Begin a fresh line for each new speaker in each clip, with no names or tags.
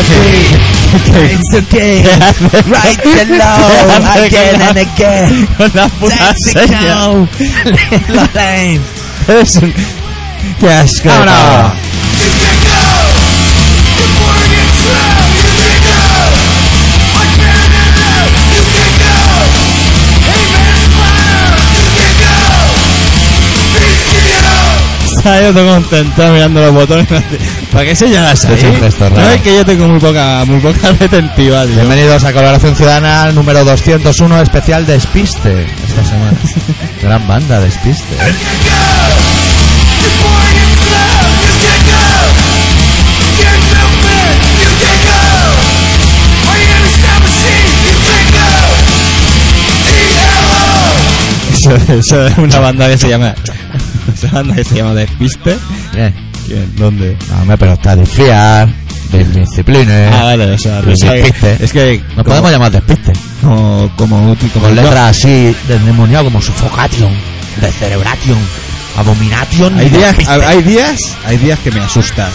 okay. It's okay. Right hello. Again and again.
Con la puta seña.
Mexico. Lorraine.
Eres un... ¡Qué asco! de
Vámonos.
pava. Estaba yo todo contento mirando los botones. ¿Para qué señalas ahí?
Es un gesto raro.
No, es que yo tengo muy poca, muy poca retentiva, tío.
Bienvenidos a Colaboración Ciudadana número 201, especial Despiste. Esta semana. Gran banda, Despiste.
Eso, eso es una banda que se llama... Esa banda que se llama Despiste.
Bien.
¿Quién? ¿Dónde?
No, hombre, pero está desfiar, desdiscipline.
Ah, vale, o sea, lo sabe.
Despiste.
Es que...
Nos ¿eh? podemos llamar Despiste.
Como, como útil, como...
Con letras así, desmemoniado como Suffocation, Descerebration, Abomination.
Hay
y
días,
Despiste.
hay días, hay días que me asustas.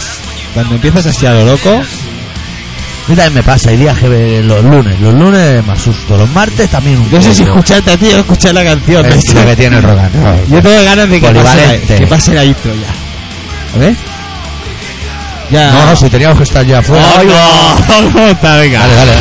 Cuando empiezas así a lo loco,
A mí también me pasa, hay días que me- los lunes, los lunes me asusto, los martes también un
no sé si
poco.
escucharte a ti o escuchar la canción.
Es lo que tiene el rock and roll.
Yo tengo ganas de que pase,
Polivalente.
la, que pase la intro ya.
A ver.
Ya.
No, no, si teníamos que estar ya afuera.
Oh, no. ¿Cómo está? Venga.
Dale, dale.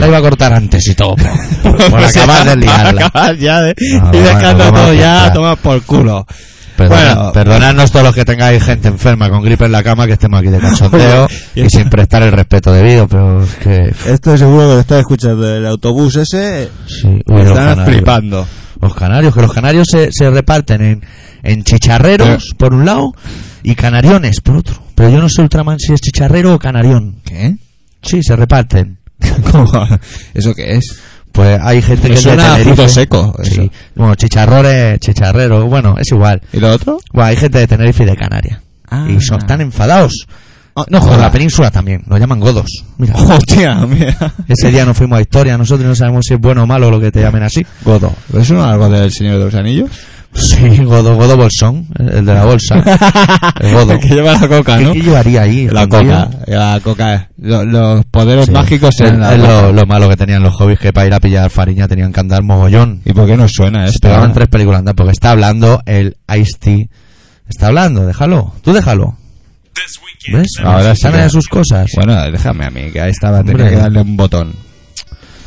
La iba a cortar antes y todo. Por, por acabar de liarla.
Acabar Pues ya de,
No,
y
bueno,
dejando
vamos a
todo ya,
cortar.
toma por culo.
Perdona-
Bueno.
perdonadnos todos los que tengáis gente enferma con gripe en la cama que estemos aquí de cachondeo y sin prestar el respeto debido, pero es que.
Esto seguro que lo estás escuchando del autobús ese.
Sí, uy, los
Están
canarios.
flipando.
Los canarios, que los canarios se, se reparten en, en
Eh.
chicharreros por un lado y canariones por otro. Pero yo no sé, Ultraman, si es chicharrero o canarión.
¿Qué?
Sí, se reparten.
¿Eso qué es?
Pues hay gente
Me
que es de
suena a
Tenerife.
fruto seco,
¿eh? Sí.
eso.
Bueno, chicharrores, chicharreros, bueno, es igual.
¿Y lo otro?
Bueno, hay gente de Tenerife y de Canarias.
Ah.
Y son tan enfadados.
no
Por Oh, la
jodas.
península también, lo llaman godos. Mira,
Hostia, mira.
ese día nos fuimos a historia, nosotros no sabemos si es bueno o malo lo que te llamen así.
Godo. ¿Eso no es algo del Señor de los Anillos?
Sí, godo, godo bolsón, el de la bolsa. El godo.
El que lleva la coca, ¿no?
¿Qué, qué llevaría ahí?
La
escondido?
coca. La coca. Lo- los poderes
Sí.
mágicos
Es-
en la.
es lo, lo malo que tenían los hobbies que para ir a pillar fariña tenían que andar mogollón.
¿Y por qué no suena
Se
esto?
pegaban tres películas andar porque está hablando el Ice-T. Está hablando, déjalo. Tú déjalo. ¿Ves?
Ahora sí
Están
que-
en sus cosas.
Bueno, déjame a mí, que ahí estaba, tenía
Hombre.
que darle un botón.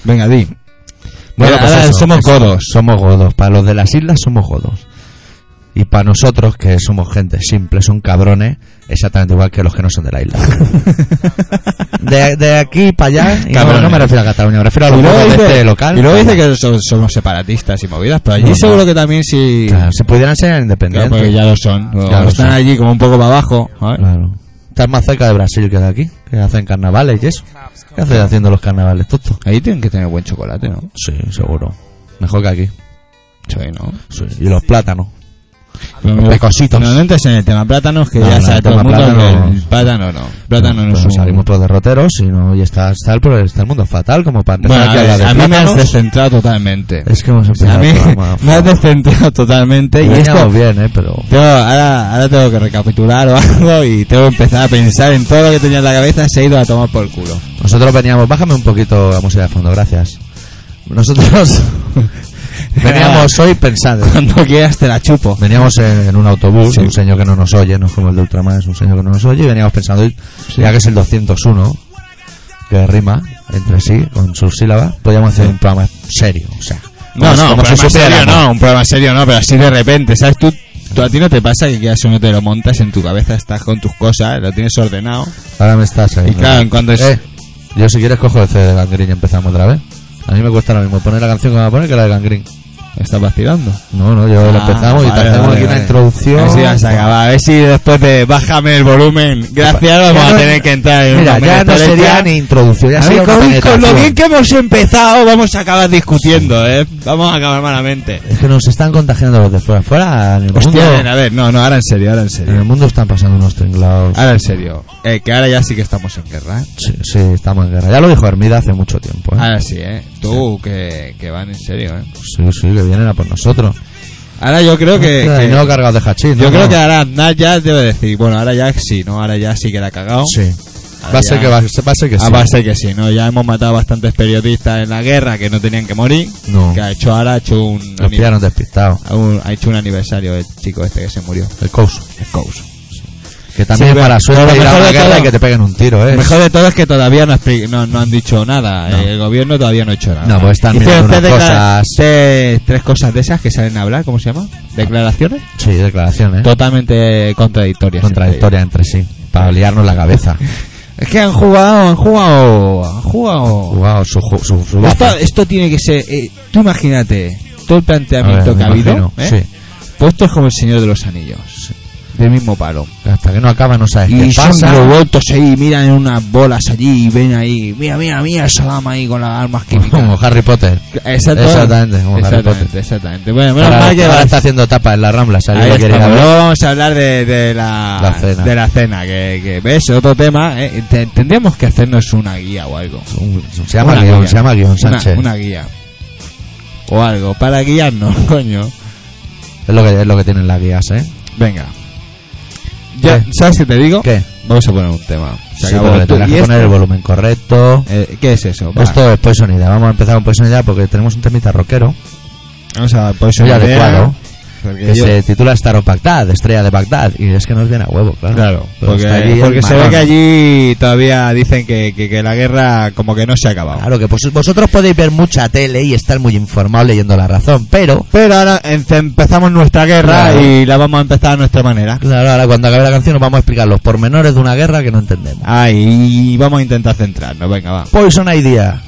Venga, di.
Bueno, pues
ahora
eso,
somos
eso.
codos.
Somos godos. Para los de las islas somos godos. Y para nosotros, que somos gente simple, son cabrones, exactamente igual que los que no son de la isla. de, de aquí para allá, y no,
Cabrones.
no me refiero a Cataluña, me refiero a
Y
los
luego,
godos de
dice,
este local.
y luego dice que so- somos separatistas y movidas, pero allí
No, no.
seguro que también sí.
Claro, se pudieran ser
Claro,
independientes.
porque ya lo son. O
Ya lo
están
son.
allí como un poco para abajo. ¿sabes?
Claro. Estás más cerca de Brasil que de aquí, que hacen carnavales y eso. ¿Qué hacen haciendo los carnavales, tonto?
Ahí tienen que tener buen chocolate, ¿no?
Sí, seguro. Mejor que aquí.
Sí, ¿no?
Sí. Y los plátanos.
Los
pecositos.
No, no entres en el tema plátano, que
No,
ya
no,
sabe
el
todo el
tema
mundo
plátano-
que el plátano no. Plátano no, es
Pero
un...
pues salimos por derroteros y no y está, está, el, está el mundo fatal como para empezar
Bueno, a,
aquí a
ver,
hablar de
a mí me has
plátanos.
descentrado totalmente.
es que hemos
O sea,
empezado
a mí
el programa,
me has
joder.
descentrado totalmente y esto...
Veníamos bien, eh, pero
Yo ahora, ahora tengo que recapitular o algo y tengo que empezar a pensar en todo lo que tenía en la cabeza se ha ido a tomar por culo.
nosotros veníamos, bájame un poquito la música de fondo, gracias. Nosotros veníamos hoy pensando,
Cuando quieras te la chupo.
veníamos en, en un autobús,
Sí.
un señor que no nos oye, no es como el de Ultraman, es un señor que no nos oye, y veníamos pensando, ya que es el 201, que rima entre sí, con sus sílabas, podíamos hacer un programa serio, o sea.
No, no, un
como si
problema serio
supiéramos.
no, un problema serio no, pero así de repente, ¿sabes? Tú, tú a ti no te pasa que quieras o no te lo montas en tu cabeza, estás con tus cosas, lo tienes ordenado.
Ahora me estás ahí.
Y claro, en cuanto es-
Eh, yo si quieres cojo el CD de Gangrin y empezamos otra vez. A mí me cuesta lo mismo poner la canción que me va a poner que la de Gangrin.
Estás vacilando.
No, no, yo lo
Ah,
empezamos y te
vale,
hacemos
vale,
aquí una
vale.
introducción.
Así ya se acaba. A ver si después de bájame el volumen, gracias, vamos
Ya
a
no-
tener que entrar en
Mira, ya
una
no
megatoreta.
sería ni introducción, ya
A ver,
sería una
con, con lo
penetración.
bien que hemos empezado, vamos a acabar discutiendo, ¿eh? Vamos a acabar malamente.
Es que nos están contagiando los de fuera. Fuera, en el
A ver,
mundo,
a ver, no, no, ahora en serio, ahora en
en
serio.
el mundo están pasando unos tinglados.
Ahora en serio. Eh, que ahora ya sí que estamos en guerra. ¿eh?
Sí, sí, estamos en guerra. Ya lo dijo Hermida hace mucho tiempo. ¿eh?
Ahora sí, ¿eh? Tú, que, que van en serio, ¿eh?
Sí, sí, que vienen a por nosotros.
Ahora yo creo que...
Hostia,
que-
y no cargados de hachís.
yo
no,
creo
eh. no.
que ahora Aznar ya debe decir, bueno, ahora ya sí, ¿no? Ahora ya sí que la ha cagado.
Sí. Va a ser
Ah, ya. Ah,
que va, va a ser que
A
sí.
base que sí, ¿no? Ya hemos matado bastantes periodistas en la guerra que no tenían que morir.
No.
Que ha hecho ahora, ha hecho un,
Nos pillaron despistados.
un- ha hecho un aniversario el chico este que se murió.
El Couso.
El Couso.
Que también
Sí,
es
pero-
mala
pero
suerte ir
lo
a
mejor
una
de
guerra
todo-
y que te peguen un tiro, ¿eh?
Lo mejor de todo es que todavía no, expli- no, no han dicho nada.
No.
El gobierno todavía no ha hecho nada.
No, pues están
Hicieron
mirando
tres
unas
declara-
cosas.
tres- tres cosas de esas que salen a hablar, ¿cómo se llama? Declaraciones.
Sí, ¿eh? declaraciones.
Totalmente contradictorias.
Contradictorias entre sí. Para liarnos la cabeza.
Es que han jugado, han jugado, han jugado.
Jugado su, ju- su, su
Esto,
baza.
esto tiene que ser. eh, tú imagínate
A
todo el
ver,
planteamiento
me
que ha habido.
imagino,
¿eh?
sí.
Pues esto es como el Señor de los Anillos. Del mismo palo.
Hasta que no acaba no sabes
Y
qué
son
pasa.
revueltos ahí, miran en unas bolas allí y ven ahí. Mira, mira, mira el Saddam ahí con las armas
Como
químicas.
Harry Potter.
Exacto.
Exactamente, como Harry
exactamente,
Potter.
exactamente. Bueno, menos
Ahora,
mal que
ahora
vas-
está haciendo tapa en la Rambla. salió
Ahí
que quiere ir a
estamos.
ver.
Luego vamos a hablar de, de la,
La cena.
de la cena, que, que ves otro tema. ¿eh? Te- Tendríamos que hacernos una guía o algo.
Un- Se llama
Una
guión,
guía.
se llama guión,
Una-
Sánchez.
Una, guía. O algo, para guiarnos, coño.
Es lo que es lo que tienen las guías, ¿eh?
Venga. Ya,
¿Qué?
¿Sabes qué te digo?
¿Qué?
Vamos a poner un tema. Se
Sí,
acabó.
pero le
Tú,
tendrás
¿y
que poner
esto?
el volumen correcto.
Eh, ¿Qué es eso? Va,
Esto es Poison Idea. Vamos a empezar con Poison Idea porque tenemos un temita rockero
Vamos a por eso
muy
me
adecuado.
porque
que
yo-
se titula Star of Baghdad, Estrella de Bagdad. Y es que nos viene a huevo, claro.
Claro,
Pero
porque,
está allí el
porque se ve
marrón.
que allí todavía dicen que, que- que la guerra como que no se ha acabado.
Claro, que vos- vosotros podéis ver mucha tele y estar muy informados leyendo la razón, pero...
Pero ahora ence- empezamos nuestra guerra
Claro.
y la vamos a empezar a nuestra manera.
Claro, ahora cuando acabe la canción nos vamos a explicar los pormenores de una guerra que no entendemos.
Ay, y vamos a intentar centrarnos. Venga, va.
Poison Idea.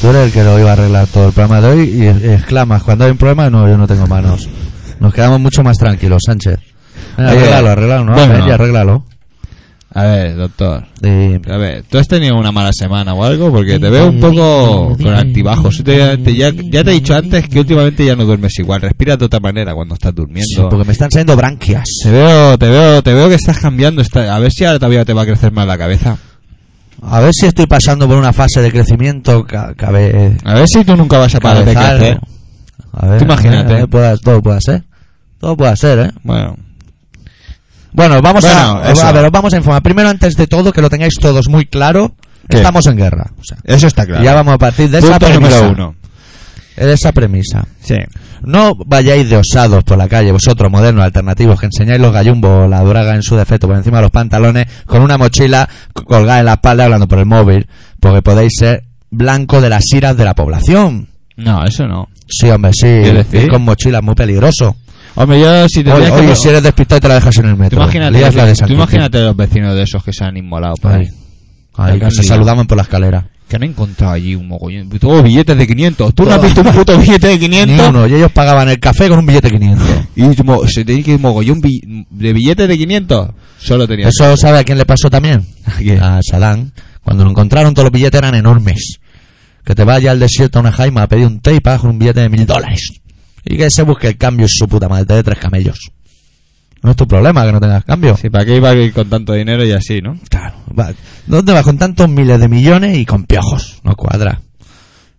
Tú eres el que lo iba a arreglar todo el programa de hoy y ex- exclamas, cuando hay un problema, no, yo no tengo manos. Nos quedamos mucho más tranquilos, Sánchez. Venga,
Oye,
arréglalo, arréglalo, ¿no?
bueno.
Ven y arréglalo.
A ver, doctor.
Eh,
A ver, ¿tú has tenido una mala semana o algo? Porque te
Dime,
veo un
dime,
poco
dime,
con
dime,
altibajos. Te- te- ya,
dime,
ya te he dicho
dime.
antes que últimamente ya no duermes igual. Respiras de otra manera cuando estás
sí,
durmiendo.
porque me están saliendo branquias.
Te veo, te veo, te veo que estás cambiando. Está- a ver si ahora todavía te va a crecer más la cabeza.
A ver si estoy pasando por una fase de crecimiento ca- cabe,
A ver si tú nunca vas a parar de
cabezal,
crecer.
¿no? A ver,
Tú imagínate.
a ver, pueda- todo puede ser. Todo puede ser, ¿eh?
Bueno,
Bueno, vamos
Bueno,
a,
eso.
a ver, os vamos a informar. Primero, antes de todo, que lo tengáis todos muy claro,
¿Qué?
estamos en guerra. O sea,
eso está claro.
Ya vamos a partir de esa
Punto
premisa. eh,
número uno.
De esa premisa.
Sí.
No vayáis de osados por la calle, vosotros, modernos, alternativos, que enseñáis los gallumbos o la draga en su defecto por encima de los pantalones, con una mochila c- colgada en la espalda hablando por el móvil, porque podéis ser blanco de las iras de la población.
No, eso no.
Sí, hombre, sí.
¿Quieres decir?
Ir con mochila es muy peligroso.
Hombre, yo si te
Oye, oye, si eres despistado y te la dejas en el
Tú
metro.
imagínate,
Lías la de
tú
San Quintín.
imagínate los vecinos de esos que se han inmolado por ahí.
Ay, ay,
Ya
que se
casi.
saludaban por la escalera.
Que han encontrado allí un mogollón. Todo billetes de 500. Tú no has
Todo.
visto un puto billete de
Ni
500.
uno, y ellos pagaban el café con un billete 500.
Y mo- se tenía que ir mogollón bi- de billetes de 500. Solo tenía.
¿Eso sabe a quién le pasó también?
¿A quién?
Sadán. Cuando lo encontraron, todos los billetes eran enormes. Que te vaya al desierto a una jaima a pedir un té y pagas con un billete de mil dólares. Y que se busque el cambio y su puta madre, te dé tres camellos. No es tu problema que no tengas cambio.
Sí, ¿para qué iba a ir con tanto dinero y así, no?
Claro. va- ¿Dónde vas con tantos miles de millones y con piojos? No cuadra.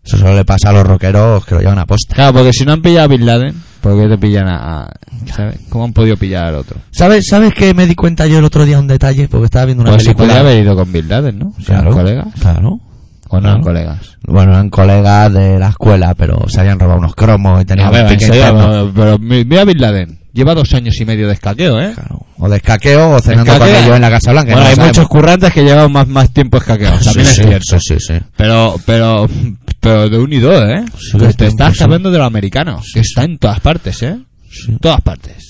Eso solo le pasa a los rockeros que lo llevan a posta.
Claro, porque si no han pillado a Bin Laden, ¿por qué te pillan a. a- ¿sabes? ¿Cómo han podido pillar al otro?
¿Sabes, ¿Sabes que me di cuenta yo el otro día un detalle? Porque estaba viendo una
Pues se podría
película.
haber ido con Bin Laden, ¿no? Si eran
Claro,
colegas.
Claro.
O no
Claro.
eran colegas.
Bueno, eran colegas de la escuela, pero se habían robado unos cromos y tenían
A ver,
un
en
pique
serio,
interno.
pero, pero mi- mira a Bin Laden. Lleva dos años y medio de escaqueo, ¿eh?
Claro. O de escaqueo o cenando
Escaquea.
con ellos en la Casa Blanca.
Bueno,
no
hay
lo
muchos currantes que llevan más, más tiempo escaqueados.
sabemos.
también
Sí,
es
sí,
cierto.
Sí, sí, sí.
Pero, pero, pero de un y dos, ¿eh?
Sí,
te
de
te
tiempo,
estás
sí.
hablando de los americanos, que está en todas partes, ¿eh?
Sí.
En todas partes.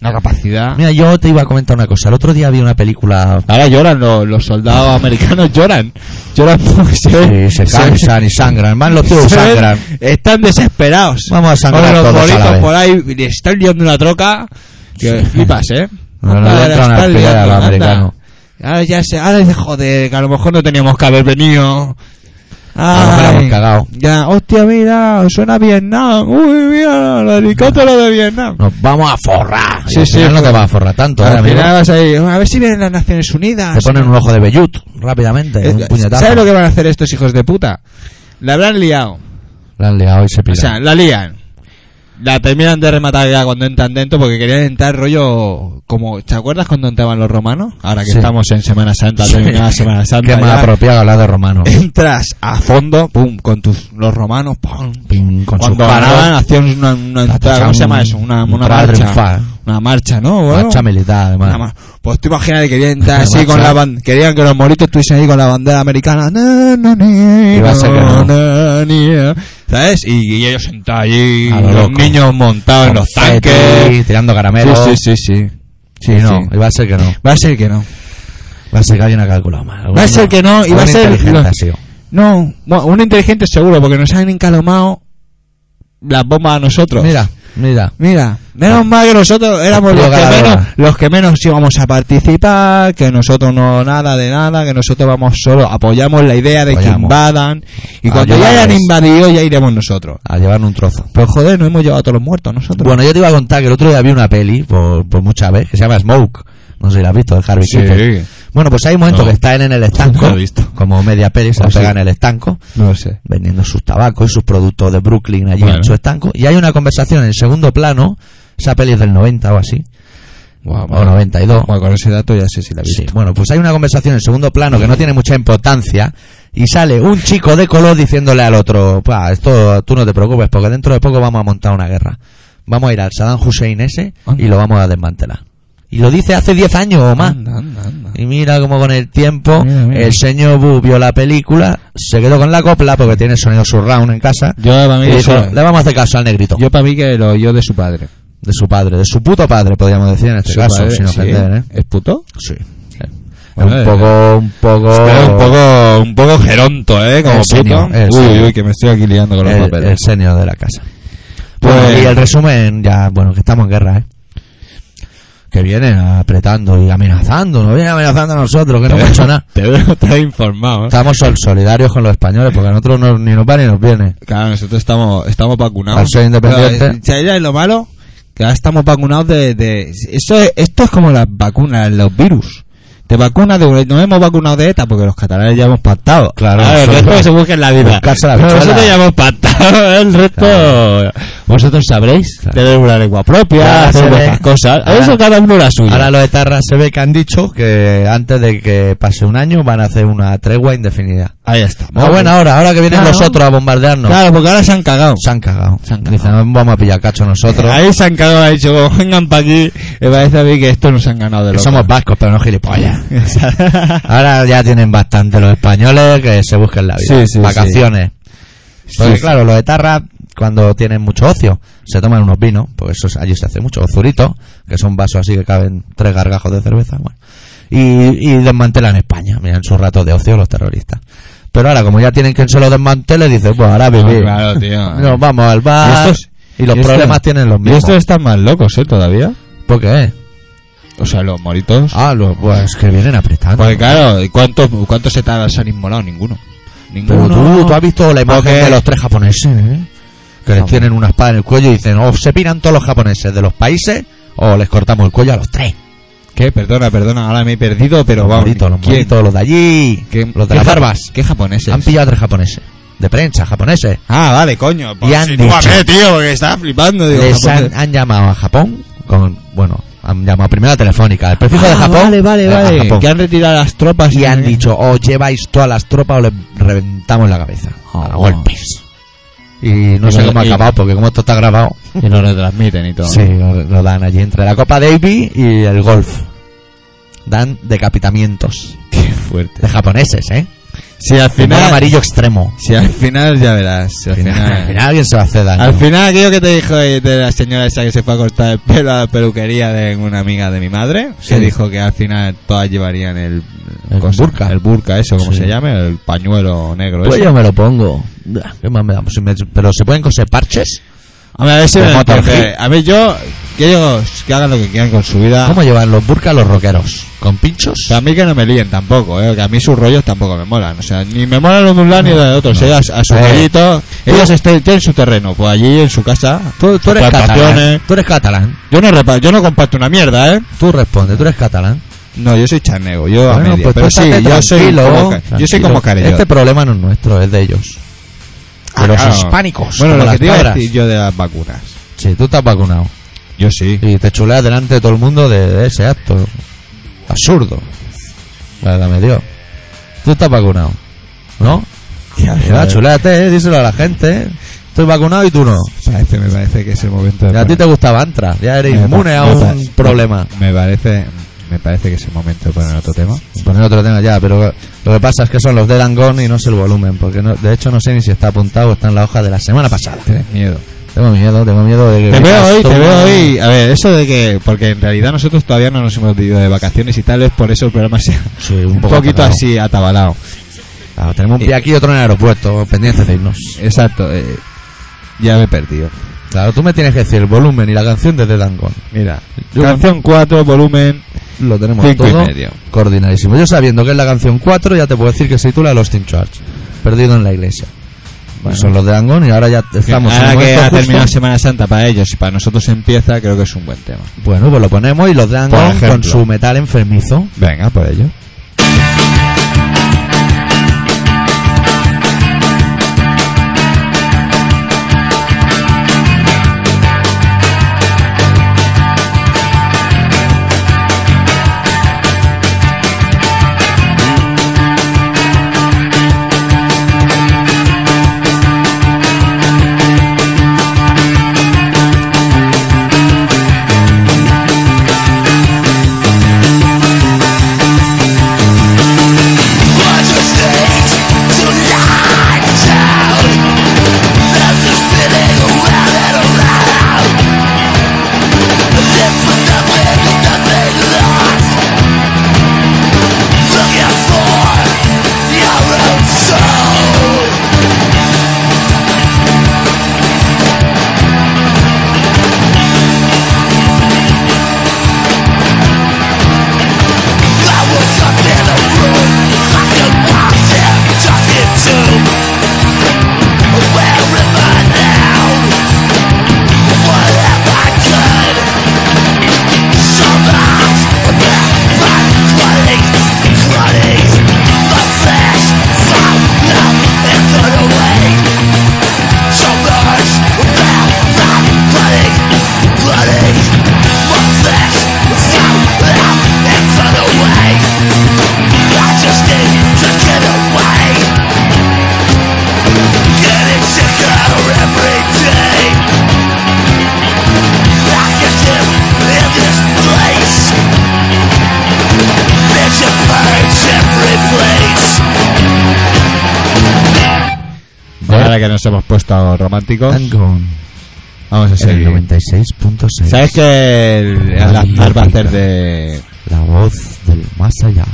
Una capacidad.
Mira, yo te iba a comentar una cosa. El otro día vi una película.
Ahora lloran los, los soldados americanos, lloran. Lloran porque se
Sí,
ven-
se
se ven-
cansan y sangran. Van los tubos,
se ven-
sangran.
Están desesperados.
Vamos a sangrar
Ahora los
todos a la
bolitos
vez.
por ahí le están liando una troca. Que flipas, ¿eh?
No, no, le
Ahora
entra
la
una
están
friega
liando,
al
anda.
americano.
Ahora ya se, ahora dice, joder, que a lo mejor no teníamos que haber venido.
lo mejor
Ay,
hemos cagado.
Ya, hostia, mira, suena a Vietnam. Uy, mira, el helicóptero de Vietnam.
Nos vamos a forrar. Y
Sí,
al
sí,
final no te
claro.
vas a forrar tanto. ahora
Al
mismo
final vas ahí, a ver si vienen las Naciones Unidas.
te ponen un ojo de vellut rápidamente.
Eh,
un puñetazo.
¿Sabes lo que van a hacer estos hijos de puta? La habrán liado.
La han liado y se
O
piran.
sea, la lían. La terminan de rematar ya cuando entran dentro porque querían entrar rollo como... ¿Te acuerdas cuando entraban los romanos? Ahora que
Sí.
estamos en Semana Santa, terminada Semana Santa.
Qué más
ya.
apropiado hablar de romano.
Entras a fondo, pum, con tus los romanos, pum.
Pin, con
cuando
sus
ganaban
palos.
hacían una, una entrada, ¿cómo se llama eso? Una,
Un
una
para
marcha.
triunfar.
Una marcha, ¿no? Bueno,
Marcha militar, además.
una mar- pues tú imaginas que querían entrar
Una
así con
marcha.
la ban- querían que los moritos estuviesen ahí con la bandera americana. Na, na, ni,
Iba a ser que no.
na, ni, na. ¿Sabes? Y, y ellos sentados allí,
A lo
los
loco.
niños montados en los
Confeti,
tanques.
Tirando caramelos.
sí, sí.
Sí, no, iba a ser que no.
Va a ser que no.
Va a ser que alguien ha calculado mal.
Va a ser que no, y va a
Alguien
ser-
inteligente
no.
ha sido.
No, bueno, un inteligente seguro, porque nos han encalomado las bombas a nosotros.
Mira, mira.
Mira, menos mal que nosotros éramos los
Activo
que,
ganadora.
menos, los que menos íbamos a participar, que nosotros no nada de nada, que nosotros vamos solo, apoyamos la idea de que
Apoyamos.
invadan, y cuando ya hayan
Ayudarles.
invadido ya iremos nosotros.
A llevar un trozo.
Pues joder, nos hemos llevado a todos los muertos nosotros.
Bueno, yo te iba a contar que el otro día vi una peli, por, por muchas veces, que se llama Smoke. No sé si la has visto, de Harvey
Sí.
Keitel. Bueno, pues hay un momento
No.
que están en el estanco,
No la he visto.
como media peli, se
Oh,
la
sí.
pegan en el estanco,
no lo sé.
vendiendo sus tabacos y sus productos de Brooklyn allí
Bueno.
en su estanco. Y hay una conversación en el segundo plano, esa peli es del 90 o así,
Wow,
o 92.
con ese dato ya sé si la he
Sí,
visto.
bueno, pues hay una conversación en segundo plano que no tiene mucha importancia y sale un chico de color diciéndole al otro, "Buah, esto tú no te preocupes porque dentro de poco vamos a montar una guerra. Vamos a ir al Saddam Hussein ese y lo vamos a desmantelar. Y lo dice hace 10 años o más.
Anda, anda, anda.
Y mira como con el tiempo
Mira, mira.
el señor Bu vio la película, se quedó con la copla porque tiene sonido surround en casa
Yo para mí,
y
que
dijo,
eso-
le vamos a hacer caso al negrito.
yo para mí que lo oyó de su padre.
De su padre, de su puto padre podríamos decir en este
Su
caso,
padre,
sin
sí.
ofender, ¿eh?
¿Es puto?
Sí.
Bueno,
un poco, un poco...
Pero un poco, un poco geronto, ¿eh? Como
El
puto.
señor, el
Uy,
señor.
uy, que me estoy aquí liando con los
el,
papeles.
el senio de la casa.
Pues-
Bueno, y el resumen, ya, bueno, que estamos en guerra, ¿eh? que vienen apretando y amenazando, nos vienen amenazando a nosotros, que no hemos hecho nada.
Te veo estar informado. ¿eh?
Estamos sol- solidarios con los españoles, porque a nosotros no- ni nos va ni nos viene.
Claro, nosotros estamos, estamos vacunados.
Al ser independiente.
Pero, eh, ¿sabéis lo malo? Que ahora estamos vacunados de... de esto, es, esto es como las vacunas, los virus. Te vacunas de... Nos hemos vacunado de ETA porque los catalanes ya hemos pactado.
Claro,
A
eso
ver, el
es
resto
verdad.
que se busquen la vida.
Buscarse la
Nosotros
bichuela.
ya hemos pactado. El resto... Vosotros sabréis
Claro.
tener una lengua propia,
Ahora
hacer
se ve.
vuestras cosas.
Ahora-
Eso cada uno la suya.
Ahora los etarras se ve que han dicho que antes de que pase un año van a hacer una tregua indefinida.
Ahí está.
Ah, bueno, ahora, ahora que vienen
Claro.
los otros a bombardearnos.
Claro, porque ahora se han cagado.
Se han cagado.
Se han cagado.
Dicen, vamos a pillar cacho nosotros.
Ahí se han cagado, ha dicho, como vengan para aquí, me parece a mí que estos nos han ganado de
que
loco.
somos Ah, vascos, pero no gilipollas. Ahora ya tienen bastante los españoles que se buscan la vida.
Sí, sí,
Vacaciones. Porque
Sí, sí.
claro, los etarras cuando tienen mucho ocio se toman unos vinos, porque eso es- allí se hace mucho, o zuritos, que son vasos así que caben tres gargajos de cerveza, bueno. Y, y desmantelan España, miran sus ratos de ocio los terroristas. Pero ahora, como ya tienen quien se los desmantele, dicen, pues ahora vivir.
Ah, claro, tío.
Nos vamos al bar. Y,
Y estos-
los
y estos-
problemas tienen los
Y
mismos.
estos están más locos, ¿eh? Todavía.
¿Por qué?
O sea, los moritos.
Ah, los, pues que vienen apretando.
Porque claro, ¿y ¿cuántos, cuántos se se han inmolado? Ninguno.
Pero
Ninguno.
tú, tú has visto la imagen
Porque-
de los tres japoneses, ¿eh? Que les
Ah,
tienen una espada en el cuello y dicen, o se piran todos los japoneses de los países o les cortamos el cuello a los tres.
¿Qué? Perdona, perdona, ahora me he perdido, pero
Los
vamos.
moritos, los
¿quién?
moritos, los de allí,
¿Qué-
los de
qué
las
ja-
barbas.
¿Qué japoneses?
Han pillado a tres japoneses. De prensa, japoneses.
ah, vale, coño. pues,
han
sitúame,
dicho-
tío, porque estaba flipando. Digo,
Les han,
japoneses.
han llamado a Japón con, bueno, han llamado primero a Telefónica, el prefijo de
Ah,
Japón.
Vale, vale,
eh, a
vale.
Japón.
Que han retirado las tropas.
Y han
eh,
dicho, o lleváis todas las tropas o les reventamos la cabeza.
Ah,
a golpes. Y no sé
lo-
cómo ha
y-
acabado, porque como esto está grabado,
Y lo retransmiten y todo.
Sí, lo, lo dan allí entre la Copa Davis y el golf. Dan decapitamientos
Qué fuerte.
de japoneses, ¿eh?
Si
Final
al final.
amarillo extremo.
Si al final ya verás. si al final.
Al final alguien se va a hacer daño.
Al final, aquello que te dijo ahí de la señora esa que se fue a cortar el pelo a la peluquería de una amiga de mi madre, se
Sí.
dijo que al final todas llevarían el,
El burka.
el burka, eso, como
Sí.
se llame, el pañuelo negro.
Pues
ese.
yo me lo pongo. Bah, ¿Qué más me da? Pues si me- Pero se pueden coser parches.
A ver, a ver si
Pues
me
Motor
entiende.
Hill.
A ver, yo, que ellos que hagan lo que quieran con su vida.
¿Cómo llevan los burkas los rockeros? ¿Con pinchos?
Que a mí que no me líen tampoco, eh, que a mí sus rollos tampoco me molan. O sea, ni me molan los de un lado ni los del otro. O sea, ellos a, su
Eh.
rollito, ellos estén, tienen su terreno, pues allí en su casa.
Tú, tú eres
plantaciones.
catalán. Tú eres catalán.
Yo no, repa- yo no comparto una mierda, ¿eh?
Tú respondes, tú eres catalán.
No, yo soy chanego, yo a
Bueno,
media,
pues
pero
tú
sí,
estate
yo soy,
tranquilo,
como, ca- yo soy
tranquilo.
como Carelló.
Este problema no es nuestro, es de ellos.
Ah,
De los
claro.
hispánicos.
Bueno,
como
lo que
las
te iba a
cabras.
decir yo de las vacunas.
Sí, tú estás vacunado.
Yo sí.
Y te chuleas delante de todo el mundo de, de ese acto. Absurdo. La verdad me dio. Tú estás vacunado. ¿No? Mira, chuleate, eh, díselo a la gente. eh. Estoy vacunado y tú no.
Parece- este me parece que es el momento de
Y a ti
poner-
te gustaba Antra. Ya eres
me pa-
inmune a
me pa-
un problema.
Me parece, me parece que es el momento de poner otro tema.
Poner otro tema ya, pero pues, lo que pasa es que son los de Langón y no sé el volumen. Porque no- de hecho no sé ni si está apuntado o está en la hoja de la semana pasada. ¿eh?
Tienes miedo.
Tengo miedo, tengo miedo de que.
Te veo
vengas
hoy,
tú
te
una-
veo hoy. A ver, eso de que. Porque en realidad nosotros todavía no nos hemos ido de vacaciones y tal vez por eso el programa sea
Sí, un,
un
poco
poquito
atacado.
así atabalado.
Ah, tenemos un pie aquí y otro en el aeropuerto, pendientes de irnos.
Exacto. eh, ya me he perdido.
Claro, tú me tienes que decir el volumen y la canción desde Dangón.
Mira,
Yo-
canción 4, volumen
Lo tenemos
Cinco y
todo
medio.
coordinadísimo. Yo sabiendo que es la canción 4, ya te puedo decir que se titula Lost in Church. Perdido en la iglesia.
Bueno.
Son los de Dangón y ahora ya estamos en
Ahora
el
que
momento
ha
justo.
terminado Semana Santa para ellos y para nosotros empieza, creo que es un buen tema.
Bueno, pues lo ponemos y los de
Por
Dangón
ejemplo.
con su metal enfermizo.
Venga, por ello.
Thank
ahora que nos hemos puesto románticos,
Tangon,
vamos a
el
seguir.
96.6.
¿Sabes que el,
La
Aznar va a hacer
lógica.
de.
La voz del más allá.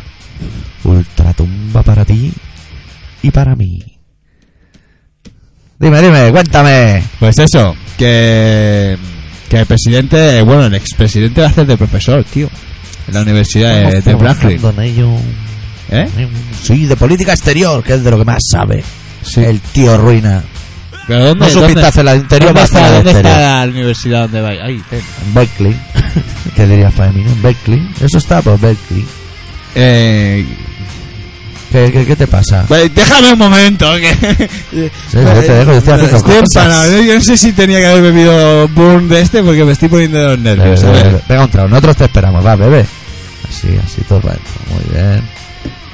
Ultratumba para ti y para mí. Dime, dime, cuéntame.
Pues eso, que. Que el presidente, bueno, el expresidente va a hacer de profesor, tío. En la universidad de, de
Estamos
Brooklyn.
trabajando en ello.
¿Eh?
Sí, de política exterior, que es de lo que más sabe.
Sí.
El tío ruina.
¿Pero dónde,
No supiste
dónde-
hacer la de interior,
¿Dónde
vas a hacer la
está,
de
dónde
exterior.
está la universidad donde va? Ahí, ten.
En Berkeley. ¿Qué diría Faemino? En Berkeley. Eso está por Berkeley.
Eh,
¿Qué, qué, qué te pasa?
pues déjame un momento. Que,
Sí, yo te dejo, yo estoy haciendo cosas.
empanado. Yo no sé si tenía que haber bebido burn de este porque me estoy poniendo de los
Bebe,
nervios. a
bebe,
ver.
bebe. Pega Eh, un trago, nosotros te esperamos, va, bebé. Así, así todo va. Muy bien.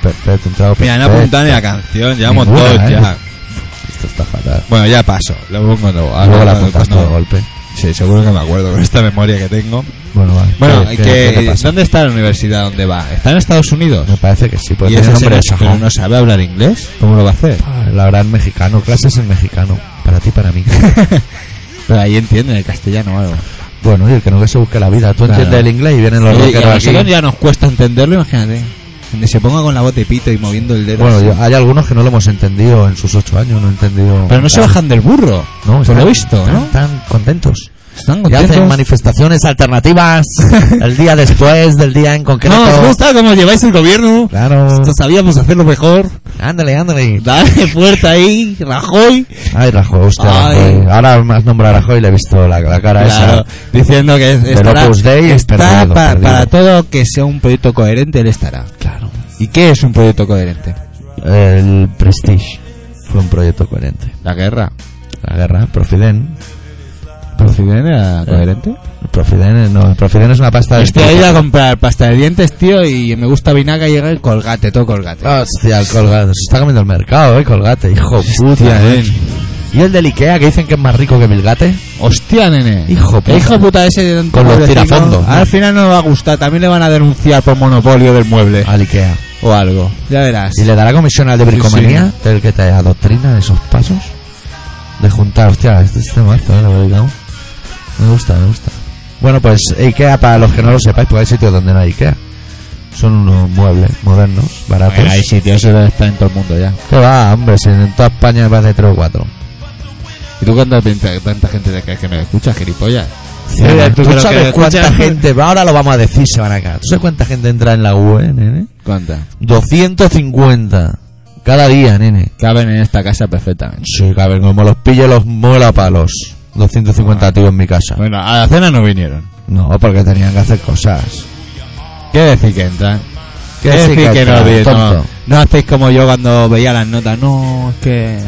Perfecto, un trago
Mira, no
perfecto.
apuntan ni la canción, llevamos
Ninguna,
dos
¿eh?
ya.
Esto está fatal.
Bueno, ya paso, lo pongo luego. ahora
Luego la
cuando-
apuntas todo
Ah, cuando-
de golpe.
Sí, seguro que me acuerdo con esta memoria que tengo.
Bueno, vale.
Bueno,
¿Qué-
que,
qué- qué te pasa?
¿dónde está la universidad? ¿Dónde va? ¿Está en Estados Unidos?
Me parece que sí, porque
¿Y
tiene
ese
pues nombre de
señor- pero
sajón.
no sabe hablar inglés? ¿Cómo lo va a hacer?
Ah, La verdad, en mexicano. Clases en mexicano. Para ti, para mí.
Pero ahí entiende el castellano o algo.
bueno, y el que no que se busque la vida. Tú
Claro.
entiendes el inglés y vienen los
Oye, que a
rockeros aquí.
nosotros ya nos cuesta entenderlo, imagínate. Donde se ponga con la voz de pito y moviendo el dedo.
Bueno,
así.
yo- hay algunos que no lo hemos entendido en sus ocho años, no he entendido.
Pero no se
Claro.
bajan del burro.
No,
por
están-
lo visto,
están,
¿no?
Están contentos.
Están
Y hacen
contentos.
manifestaciones alternativas el día después del día en concreto.
No, os gusta cómo lleváis el gobierno.
Claro.
Esto sabíamos hacerlo mejor.
Ándale, ándale.
Dale fuerte ahí, Rajoy.
Ay, Rajoy, hostia,
Ay.
Rajoy. Ahora más nombra a Rajoy y le he visto la, la cara
Claro,
esa.
diciendo que es-
Del
estará,
Opus Dei es
está
perdido,
pa-
perdido.
para todo que sea un proyecto coherente, él estará.
Claro.
¿Y qué es un proyecto coherente?
El Prestige fue un proyecto coherente.
La guerra.
La guerra, Profiden.
¿Profiden era coherente?
Profiden, no, Profiden es una pasta de.
Estoy ahí a comprar pasta de dientes, tío, y me gusta Vinaga y llega el colgate, todo colgate.
Ah, Hostia, el colgate. Se está comiendo el mercado, eh, colgate, hijo puta.
Hostia,
eh.
nen.
Y el del Ikea, que dicen que es más rico que Milgate.
Hostia, nene.
Hijo puta.
El hijo puta ese de tanto
Con los
pobrecino,
tirafondos, ¿no?
Al final no le va a gustar, también le van a denunciar por monopolio del mueble.
Al Ikea.
O algo. Ya verás.
Ah. ¿Y le dará comisión al de bricomanía?
Sí,
¿El que te adoctrina de esos pasos? De juntar, hostia, este es mazo, eh, la verdad. Me gusta, me gusta. Bueno, pues Ikea, para los que no lo sepáis, pues hay sitios donde no hay Ikea. Son unos muebles modernos, baratos.
Bueno, hay sitios donde está en todo el mundo ya.
Que va, hombre, si en toda España vas de 3 o 4.
¿Y tú cuánta, pinta- tanta gente te crees que me escucha, gilipollas? Mira, tú
¿Tú,
creo
sabes
que
cuánta
escuchas-
gente? va? Ahora lo vamos a decir, se van acá. ¿Tú sabes cuánta gente entra en la UE, nene?
¿Cuánta?
250 cada día, nene.
Caben en esta casa perfectamente.
Sí, cabrón, como los pillo los muela palos. 250 tíos en mi casa.
Bueno, a la cena no vinieron.
No, porque tenían que hacer cosas.
¿Qué decir que entran? ¿Qué,
Sí,
decir que, no,
entra,
vi- no,
tonto.
no hacéis como yo cuando veía las notas? No, es que...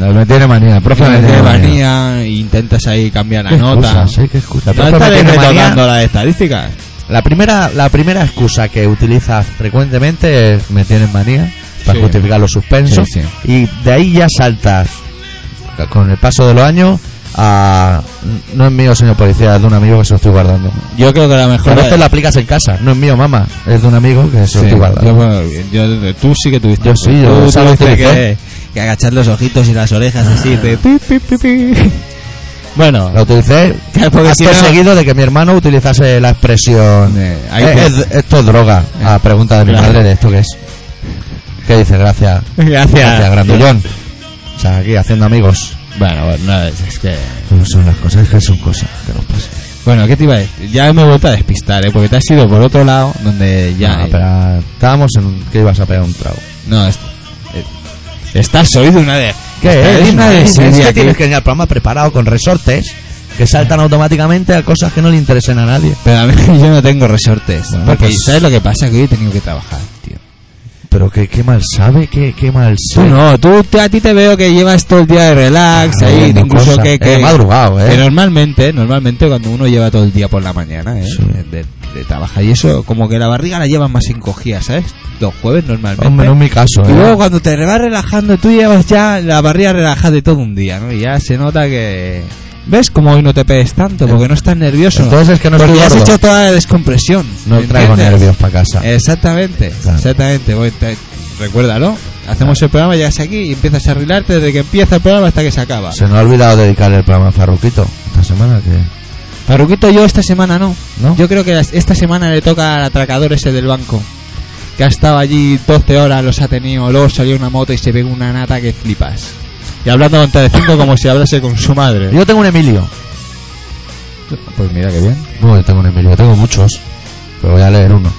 No, me tiene manía, el profe me,
me
tiene
de
manía.
manía e intentas ahí cambiar la
Qué
nota.
excusas, eh, qué excusas.
No
El profe me
estaréis
tiene manía.
retocando las estadísticas.
La primera, la primera excusa que utiliza frecuentemente es me tienen manía para
Sí.
justificar los suspensos.
Sí,
Y de ahí ya saltas con el paso de los años a... No es mío, señor policía, es de un amigo que se lo estoy guardando.
Yo creo que la mejor...
A veces lo aplicas en casa. No es mío, mamá. Es de un amigo que se
Sí,
lo estoy
yo,
guardando.
yo- yo- tú sí que tuviste.
Yo sí, yo
tú
esa lo
tuviste
utilicé.
que, que agachar los ojitos y las orejas así. de pi, pi, pi, pi. Bueno,
La utilicé
Claro, porque
acto
si no-
seguido de que mi hermano utilizase la expresión
Eh, ahí
"Eh,
te-
es- Esto es droga
Eh,
A pregunta de mi
claro.
madre de esto que es ¿Qué dice? Gracias Gracias, grandullón O sea, aquí haciendo amigos
Bueno, bueno, no, es, es que.
Pues Son las cosas que son cosas que nos pasan
Bueno, ¿qué te iba a decir? Ya me he vuelto a despistar, ¿eh? Porque te has ido por otro lado donde ya.
Ah,
eh,
pero estábamos en un- que ibas a pegar un trago
No, es- eh, estás oído una de.
¿Qué
estás
es?
una de
Es que
Siria,
tienes
que-
que venir al programa preparado con resortes Que saltan automáticamente a cosas que no le interesen a nadie
Pero a mí yo no tengo resortes.
Bueno,
porque
pues-
¿sabes lo que pasa? Que hoy he tenido que trabajar, tío.
Pero qué, qué mal sabe, qué, qué mal
Tú
sabe
no, tú tú- a ti te veo que llevas todo el día de relax
Ah,
ahí,
viendo
incluso
cosas.
que, que
He madrugado, ¿eh?
que normalmente, normalmente cuando uno lleva todo el día por la mañana, ¿eh?
Sí.
de, de trabajar y eso, como que la barriga la llevas más encogida, ¿sabes? Los jueves normalmente.
Hombre, no es mi caso
y
¿eh?
luego cuando te vas relajando, tú llevas ya la barriga relajada de todo un día, ¿no? Y ya se nota que ves como hoy no te pegues tanto porque no estás nervioso.
Entonces es que no
porque
estoy
has
gordo.
hecho toda la descompresión.
No
¿me
traigo
entiendes? Eh,
nervios para casa.
Exactamente,
Claro.
exactamente. Voy, te- recuérdalo. Hacemos el programa, llegas aquí y empiezas a arreglarte desde que empieza el programa hasta que se acaba.
Se nos ha olvidado dedicarle el programa a Farruquito esta semana que
Farruquito, yo esta semana no.
¿No?
Yo creo que las- esta semana le toca al atracador ese del banco. Que ha estado allí 12 horas, los ha tenido, luego salió una moto y se pegó una nata que flipas. Y hablando con Telecinco como si hablase con su madre.
Yo tengo un Emilio.
Pues mira que bien.
Bueno, yo tengo un Emilio, yo tengo muchos. Pero voy a leer uno.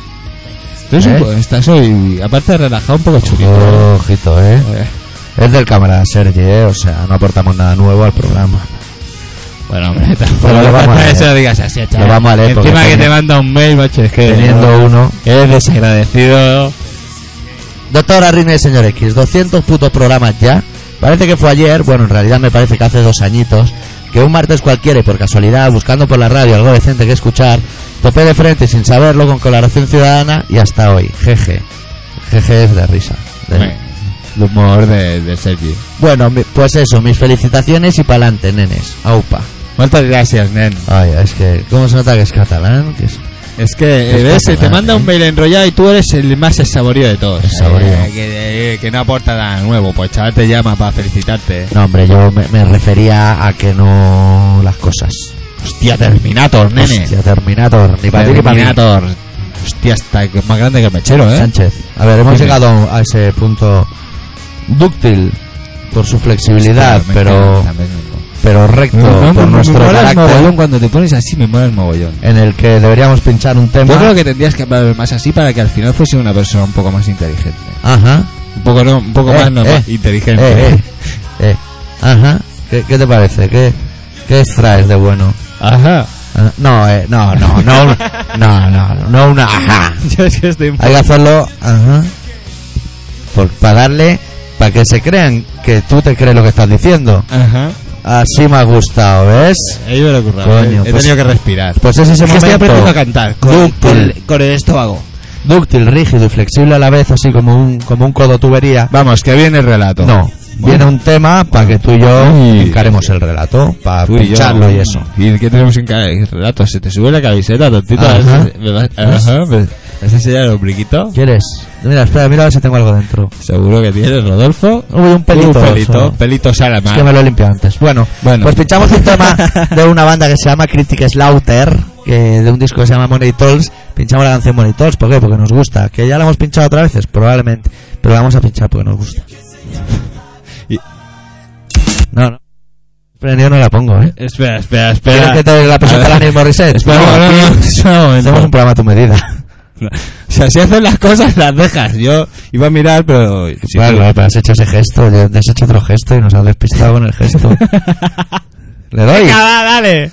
Entonces,
¿Eh?
un po- estás hoy, aparte de relajado, un poco chulito.
Oh, ojito, eh.
Eh,
Es del cámara Sergi, eh. O sea, no aportamos nada nuevo al programa.
Bueno, hombre, tampoco
Pero lo vamos a
eso
leer.
lo digas así, chaval.
Lo vamos a leer porque
Encima que
coño.
te manda un mail, macho, es que...
Teniendo uno.
Eres desagradecido.
Doctora Rine, señor X, 200 putos programas ya. Parece que fue ayer, bueno, en realidad me parece que hace dos añitos, que un martes cualquiera y por casualidad, buscando por la radio algo decente que escuchar, topé de frente sin saberlo con colaboración ciudadana y hasta hoy. Jeje. Jeje es de risa. De-
Hombre, El humor de, de Sergi.
Bueno, mi- pues eso, mis felicitaciones y pa'lante, nenes. Aupa.
Muchas gracias, nen.
Ay, es que, ¿cómo se nota que es catalán? Que es-
Es que eh,
Está
ves, se te
fatal,
manda
¿eh?
un mail enrollado y tú eres el más saborío de todos.
Exsaborío.
Eh, que, eh, que no aporta nada nuevo, pues chaval te llama para felicitarte.
No, hombre, yo me, me refería a que no las cosas.
Hostia, Terminator, nene.
Hostia, Terminator, ni para ti ni para mí.
Terminator. Hostia, está que es más grande que el mechero, ¿eh?
Sánchez. A ver, hemos
Dime.
llegado a ese punto dúctil por su flexibilidad,
Hostia, me
pero
encanta, me encanta.
pero recto
Me- me-
por
me
nuestro
mola el mogollón
carácter
cuando te pones así, me mola el mogollón.
en el que deberíamos pinchar un tema.
Yo creo que tendrías que hablar más así para que al final fuese una persona un poco más inteligente.
Ajá.
Un poco, no, un poco
Eh,
más normal-
eh. Eh,
inteligente.
eh, eh. Ajá. ¿Qué, qué te parece? ¿Qué, ¿Qué extraes de bueno?
Ajá.
Ah, No, eh, no, no, no, no, no, no, no una ajá.
Yo es que estoy un
Hay que hacerlo, ajá, por, para darle, para que se crean que tú te crees lo que estás diciendo.
Ajá.
Así me ha gustado, ¿ves?
Ahí me lo he currado,
Coño,
eh. He
pues-
tenido que respirar.
Pues es ese
Es que
momento
estoy aprendiendo a cantar. Con,
Dúctil.
con, con el estómago.
dúctil, rígido y flexible a la vez, así como un, como un codo tubería.
Vamos, que viene el relato.
No, viene un tema para que tú y yo
Uy.
encaremos el relato, para
Tú y yo. mm,
pincharlo y eso.
¿Y qué tenemos en cada relato? Se te sube la camiseta, tontito.
Ajá.
Me vas- Ajá. me- ¿Vas a enseñar el ombliquito?
¿Quieres? Mira, espera, mira a ver si tengo algo dentro.
Seguro que tienes, Rodolfo.
Uy, un pelito.
Un pelito.
solo.
Pelito
Es
Salaman.
que me lo limpio antes. Bueno,
Ah. Bueno.
pues pinchamos un tema de una banda que se llama Critic Slaughter, que de un disco que se llama Money Tolls. Pinchamos la canción Money Tolls, ¿por qué? Porque nos gusta. ¿Que ya la hemos pinchado otras veces? Probablemente. Pero la vamos a pinchar porque nos gusta.
Y-
No, no. Pero yo no la pongo, ¿eh?
Espera,
¿Quieres
espera, espera.
que te la presente
A
la
ver.
mismo reset?
Espera, no, no, no, espera un momento.
Hacemos un programa a tu medida.
O sea, si haces las cosas, las dejas. Yo iba a mirar, pero... si-
claro, claro, pero has hecho ese gesto, yo- te has hecho otro gesto y nos has despistado con el gesto. ¿Le doy?
Venga, va, dale.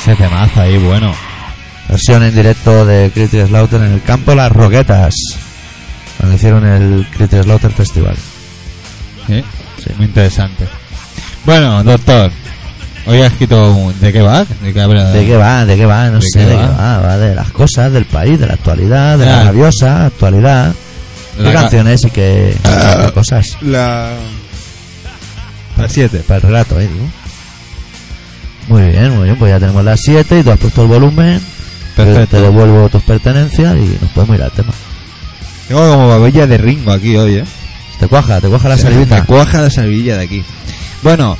ese temazo ahí, bueno.
Versión en directo de Critter Slaughter en el campo Las Roquetas. Cuando hicieron el Critter Slaughter Festival.
Sí, sí, muy interesante. Bueno, doctor, hoy has escrito un... ¿De qué va? ¿De qué habrá?
¿De qué va? ¿De qué va? No
¿De
sé
qué
de
va?
qué va. Va de las cosas, del país, de la actualidad, de
Claro.
la rabiosa actualidad.
La
qué
ca-
canciones y qué, qué cosas.
La. La 7.
Para el relato, eh, digo. Muy bien, muy bien. Pues ya tenemos las 7 y tú has puesto el volumen. Yo
Perfecto.
Te devuelvo tus pertenencias y nos podemos ir al tema.
Tengo como babilla de Ringo aquí hoy, ¿eh?
Te cuaja, te cuaja la
Se me-
salivita.
Me cuaja la salivilla de aquí. Bueno,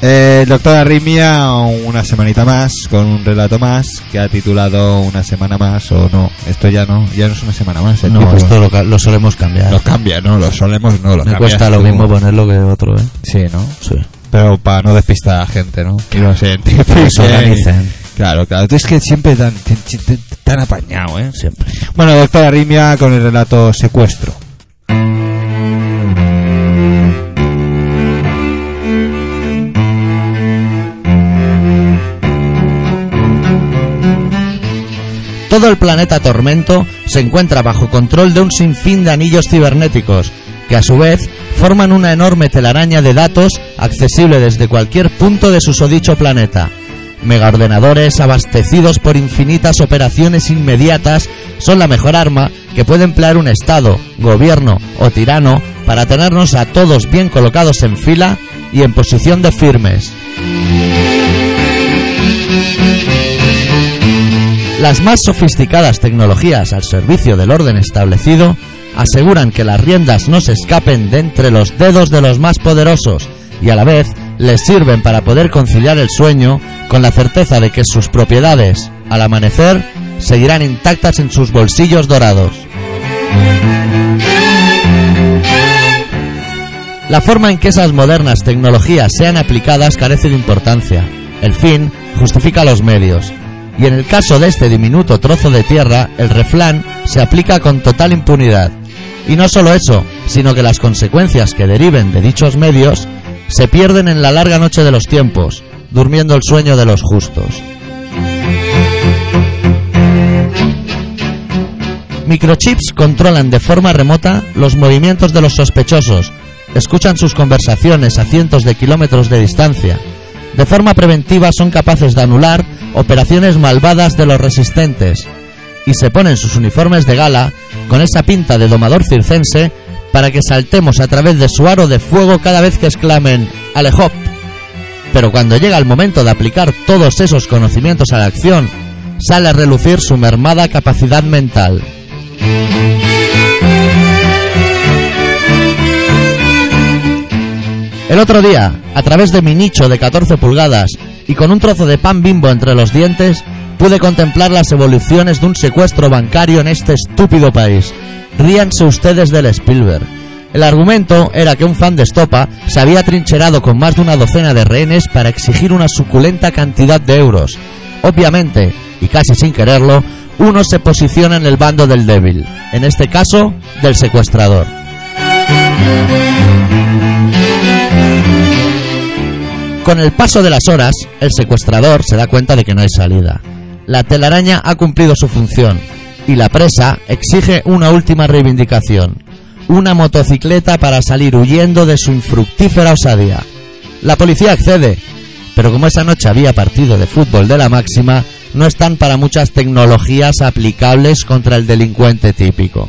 eh, doctor Arritmia, una semanita más, con un relato más, que ha titulado Una semana más, o no, esto ya no, ya no es una semana más. el
No,
tipo-
esto lo, ca- lo solemos cambiar.
lo cambia, no, lo solemos, no, lo
Me
cambias
cuesta lo
tú.
mismo ponerlo que otro, ¿eh?
Sí, ¿no?
Sí.
Pero para no despistar a la gente, ¿no? Que lo se
Que se organicen.
Claro, claro. Tú es que siempre tan, tan- tan- tan apañado, ¿eh?
Siempre.
Bueno, doctor Arritmia con el relato Secuestro.
Todo el planeta Tormento se encuentra bajo control de un sinfín de anillos cibernéticos, que a su vez forman una enorme telaraña de datos accesible desde cualquier punto de susodicho planeta. Megaordenadores abastecidos por infinitas operaciones inmediatas son la mejor arma que puede emplear un Estado, gobierno o tirano para tenernos a todos bien colocados en fila y en posición de firmes. Las más sofisticadas tecnologías al servicio del orden establecido aseguran que las riendas no se escapen de entre los dedos de los más poderosos y a la vez les sirven para poder conciliar el sueño con la certeza de que sus propiedades, al amanecer, seguirán intactas en sus bolsillos dorados. La forma en que esas modernas tecnologías sean aplicadas carece de importancia. El fin justifica los medios. Y en el caso de este diminuto trozo de tierra, el refrán se aplica con total impunidad. Y no solo eso, sino que las consecuencias que deriven de dichos medios se pierden en la larga noche de los tiempos, durmiendo el sueño de los justos. Microchips controlan de forma remota los movimientos de los sospechosos, escuchan sus conversaciones a cientos de kilómetros de distancia. De forma preventiva son capaces de anular operaciones malvadas de los resistentes y se ponen sus uniformes de gala con esa pinta de domador circense para que saltemos a través de su aro de fuego cada vez que exclamen Alejop. Pero cuando llega el momento de aplicar todos esos conocimientos a la acción, sale a relucir su mermada capacidad mental. El otro día, a través de mi nicho de 14 pulgadas y con un trozo de pan bimbo entre los dientes, pude contemplar las evoluciones de un secuestro bancario en este estúpido país. Ríanse ustedes del Spielberg. El argumento era que un fan de Estopa se había trincherado con más de una docena de rehenes para exigir una suculenta cantidad de euros. Obviamente, y casi sin quererlo, uno se posiciona en el bando del débil, en este caso, del secuestrador. Con el paso de las horas, el secuestrador se da cuenta de que no hay salida. La telaraña ha cumplido su función y la presa exige una última reivindicación, una motocicleta para salir huyendo de su infructífera osadía. La policía accede, pero como esa noche había partido de fútbol de la máxima, no están para muchas tecnologías aplicables contra el delincuente típico.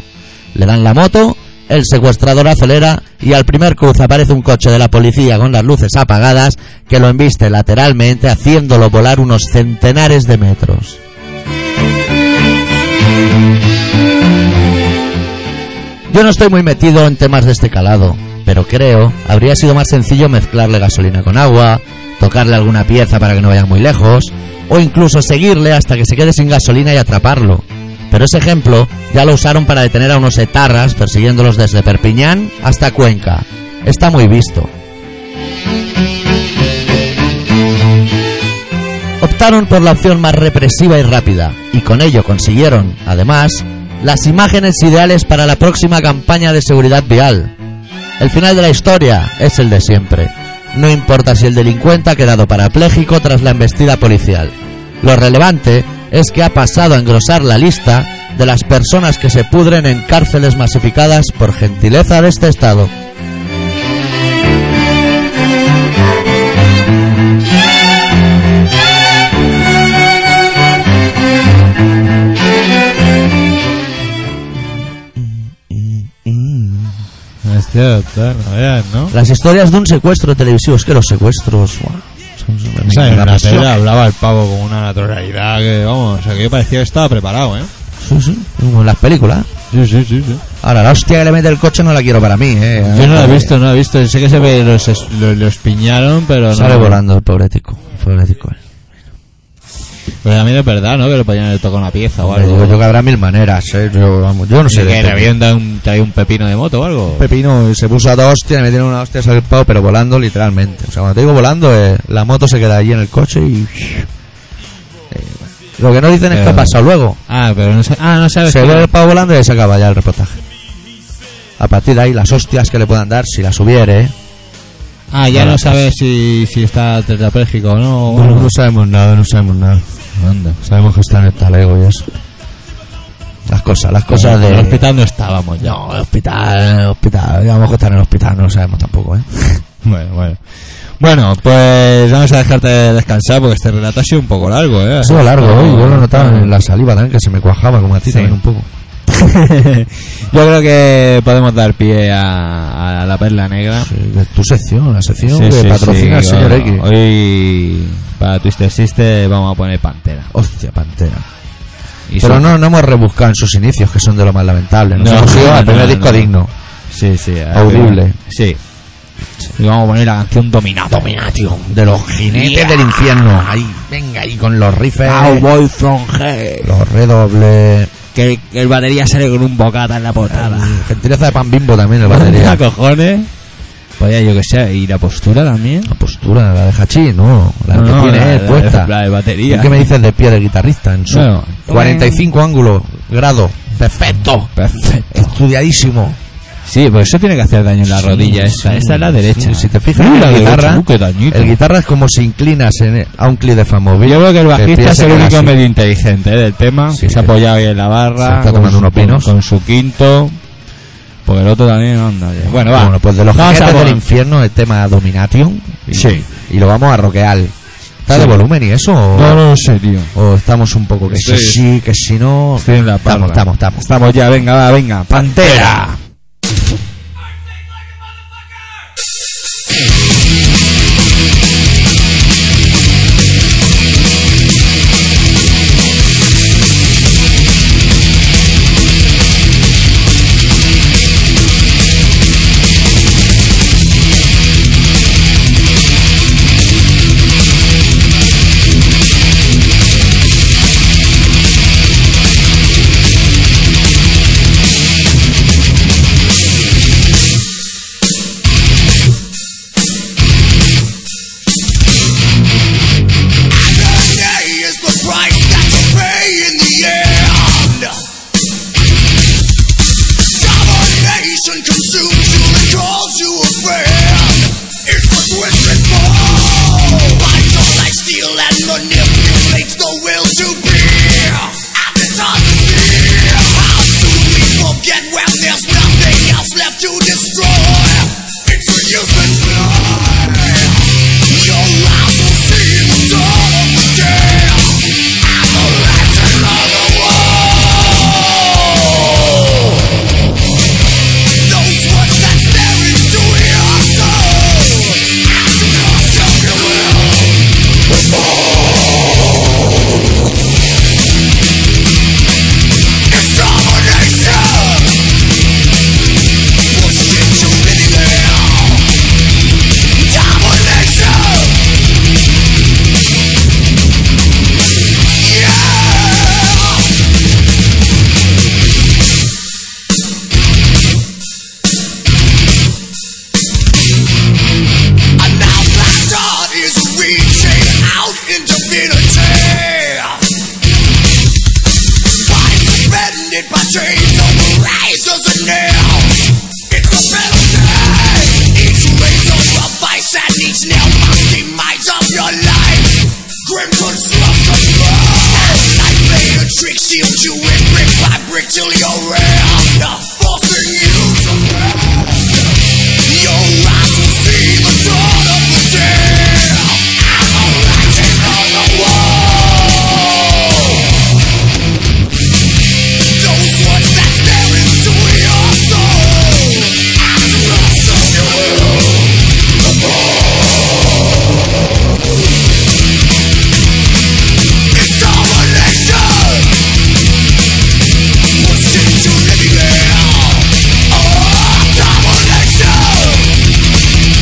Le dan la moto, el secuestrador acelera y al primer cruce aparece un coche de la policía con las luces apagadas que lo embiste lateralmente haciéndolo volar unos centenares de metros. Yo no estoy muy metido en temas de este calado, pero creo habría sido más sencillo mezclarle gasolina con agua, tocarle alguna pieza para que no vaya muy lejos, o incluso seguirle hasta que se quede sin gasolina y atraparlo. Pero ese ejemplo ya lo usaron para detener a unos etarras persiguiéndolos desde Perpiñán hasta Cuenca. Está muy visto. optaron por la opción más represiva y rápida, y con ello consiguieron, además, las imágenes ideales para la próxima campaña de seguridad vial. El final de la historia es el de siempre. No importa si el delincuente ha quedado parapléjico tras la embestida policial. Lo relevante es que ha pasado a engrosar la lista de las personas que se pudren en cárceles masificadas por gentileza de este Estado.
Es cierto, no veas, ¿no?
Las historias de un secuestro televisivo, es que los secuestros... buah, son- son-
O sea, en la
Sí,
tele hablaba el pavo con una naturalidad que, vamos, o sea, que yo parecía que estaba preparado, ¿eh?
sí, como en las películas.
Sí, sí, sí, sí.
Ahora, la hostia que le mete el coche no la quiero para mí, eh.
Yo no lo he visto, no lo he visto. Sé que se ve, los, es- los, los piñaron, pero
Sale
no.
volando el pobre tico. el pobre tico.
Pero también es verdad, ¿no? Que lo podían haber tocado una pieza o
Hombre,
algo.
yo creo que habrá mil maneras, eh. Yo, vamos, yo no sé.
Sí,
de
que le
todo.
habían dado un, traído un pepino de moto o algo.
Pepino y se puso a dos hostias, me dieron una hostia al pavo, pero volando literalmente. O sea, cuando te digo volando, eh, la moto se queda allí en el coche y. Eh, Lo que no dicen es qué ha
Pero-
pasado luego.
Ah, pero no, sa- ah, no sabes.
Se
que-
ve el pavo volando y ahí se acaba ya el reportaje. A partir de ahí, las hostias que le puedan dar, si eh. las hubiere.
Ah, ya
Ahora,
no sabes si, si está tetrapléjico o no. o algo.
sabemos nada, no sabemos nada.
Anda.
Sabemos que está en el talego y eso. Las cosas, las cosas
En
de.
el hospital no estábamos ya.
No, el hospital, el hospital. Ya vamos a estar en el hospital, no lo sabemos tampoco, ¿eh?
Bueno, bueno. Bueno, pues vamos a dejarte descansar porque este relato ha sido un poco largo, ¿eh?
Ha sido largo, ¿eh? Yo lo notaba en la saliva también, que se me cuajaba como a ti
Sí.
también un poco.
Yo creo que podemos dar pie a, a la perla negra.
Sí, de tu sección, la sección
Sí,
que
sí,
patrocina el
sí,
señor
bueno,
X.
Hoy, para Twister Sister, vamos a poner Pantera.
Hostia, pantera.
Y
Pero
su-
no, no hemos rebuscado en sus inicios, que son de lo más lamentable. Nos
No,
hemos ido
no,
al primer
no,
disco
no.
digno.
Sí, sí. a ver,
Audible.
mira. Sí. Y vamos a poner la canción Dominato.
Dominatio, de los jinetes del infierno. Ahí, venga, ahí con los rifles.
Cowboy from Hell.
Los redobles.
Que, que el batería sale con un bocata en la portada.
Ay, Gentileza de pan bimbo también, el
¿A
batería.
cojones? Pues ya, yo que sé. ¿Y la postura también?
La postura, la de Hachí, no. La
No,
que
no,
tiene
la-
él
la-
puesta.
la de batería.
¿Y qué me dices de pie del guitarrista? En su
Bueno.
45 ángulo, grado. Perfecto.
Perfecto.
Estudiadísimo.
Sí, pues eso tiene que hacer daño en la
Sí,
rodilla esta.
¿eh? sí,
esta es la derecha.
sí, si te fijas
Uh,
en la
derecha,
guitarra,
uh, qué dañito.
El guitarra es como si inclinas en- a un clic de famoso.
Pues Yo creo que el bajista es el único medio inteligente ¿eh? del tema.
Sí,
que se ha
sí.
apoyado ahí en la barra.
Se está
con
tomando
su-
unos vinos.
Con, su quinto. Porque el otro también anda. oye. Bueno, va.
Bueno, pues de los
Vamos a
jinetes
por-
del infierno, el tema Domination. Y,
Sí.
Y lo vamos a rockear. ¿Está de
Sí.
volumen y eso? o-
No, no lo sé, tío.
O estamos un poco que si
Estoy-
sí, que si no.
Estoy en la
estamos,
parra.
estamos, estamos.
Estamos ya, venga, va, venga. ¡Pantera!
Today is the price that you pay in the end. Domination consumes you and calls you a friend. It's the twisted ball. Vital like steel and manipulates the will to be. At the time to see how soon we forget when there's nothing else left to destroy. It's a useless lie. Your lies will see the dawn of the day. I'm the legend of the wall. Those words that stare into your soul. As you cross your will. It's domination. Will shit you in the air. Domination. Yeah. And now Black Dot is reaching out into infinity. Time suspended by chains over razors and nails. It's a penalty. Each razor a vice and each nail must demise of your life. Grim construction. steal to it brick by brick till you're round. Now forcing you to Your eyes will see the dawn of the day. I'm a writing on the wall. Those words that stare into your soul. I trust you. It's domination. Pushed into living hell. Oh, domination.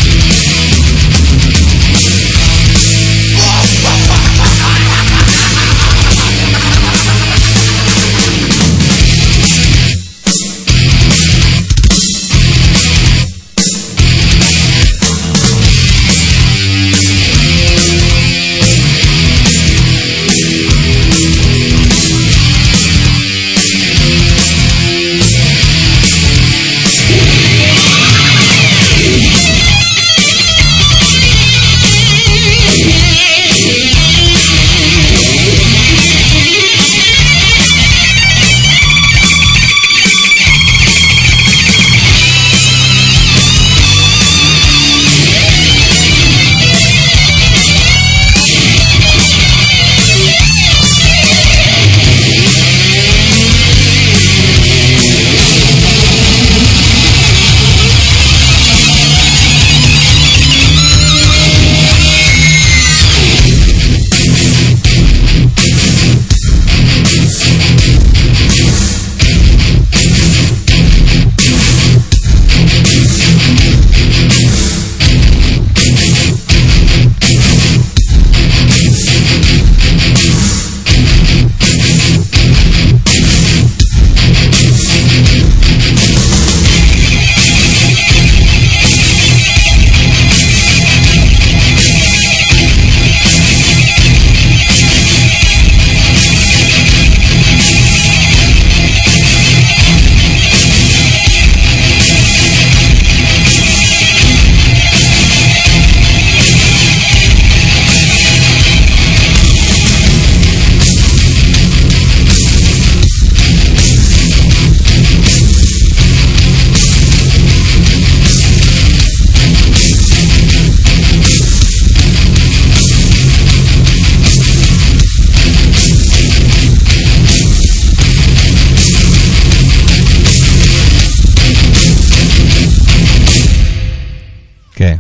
¿Qué?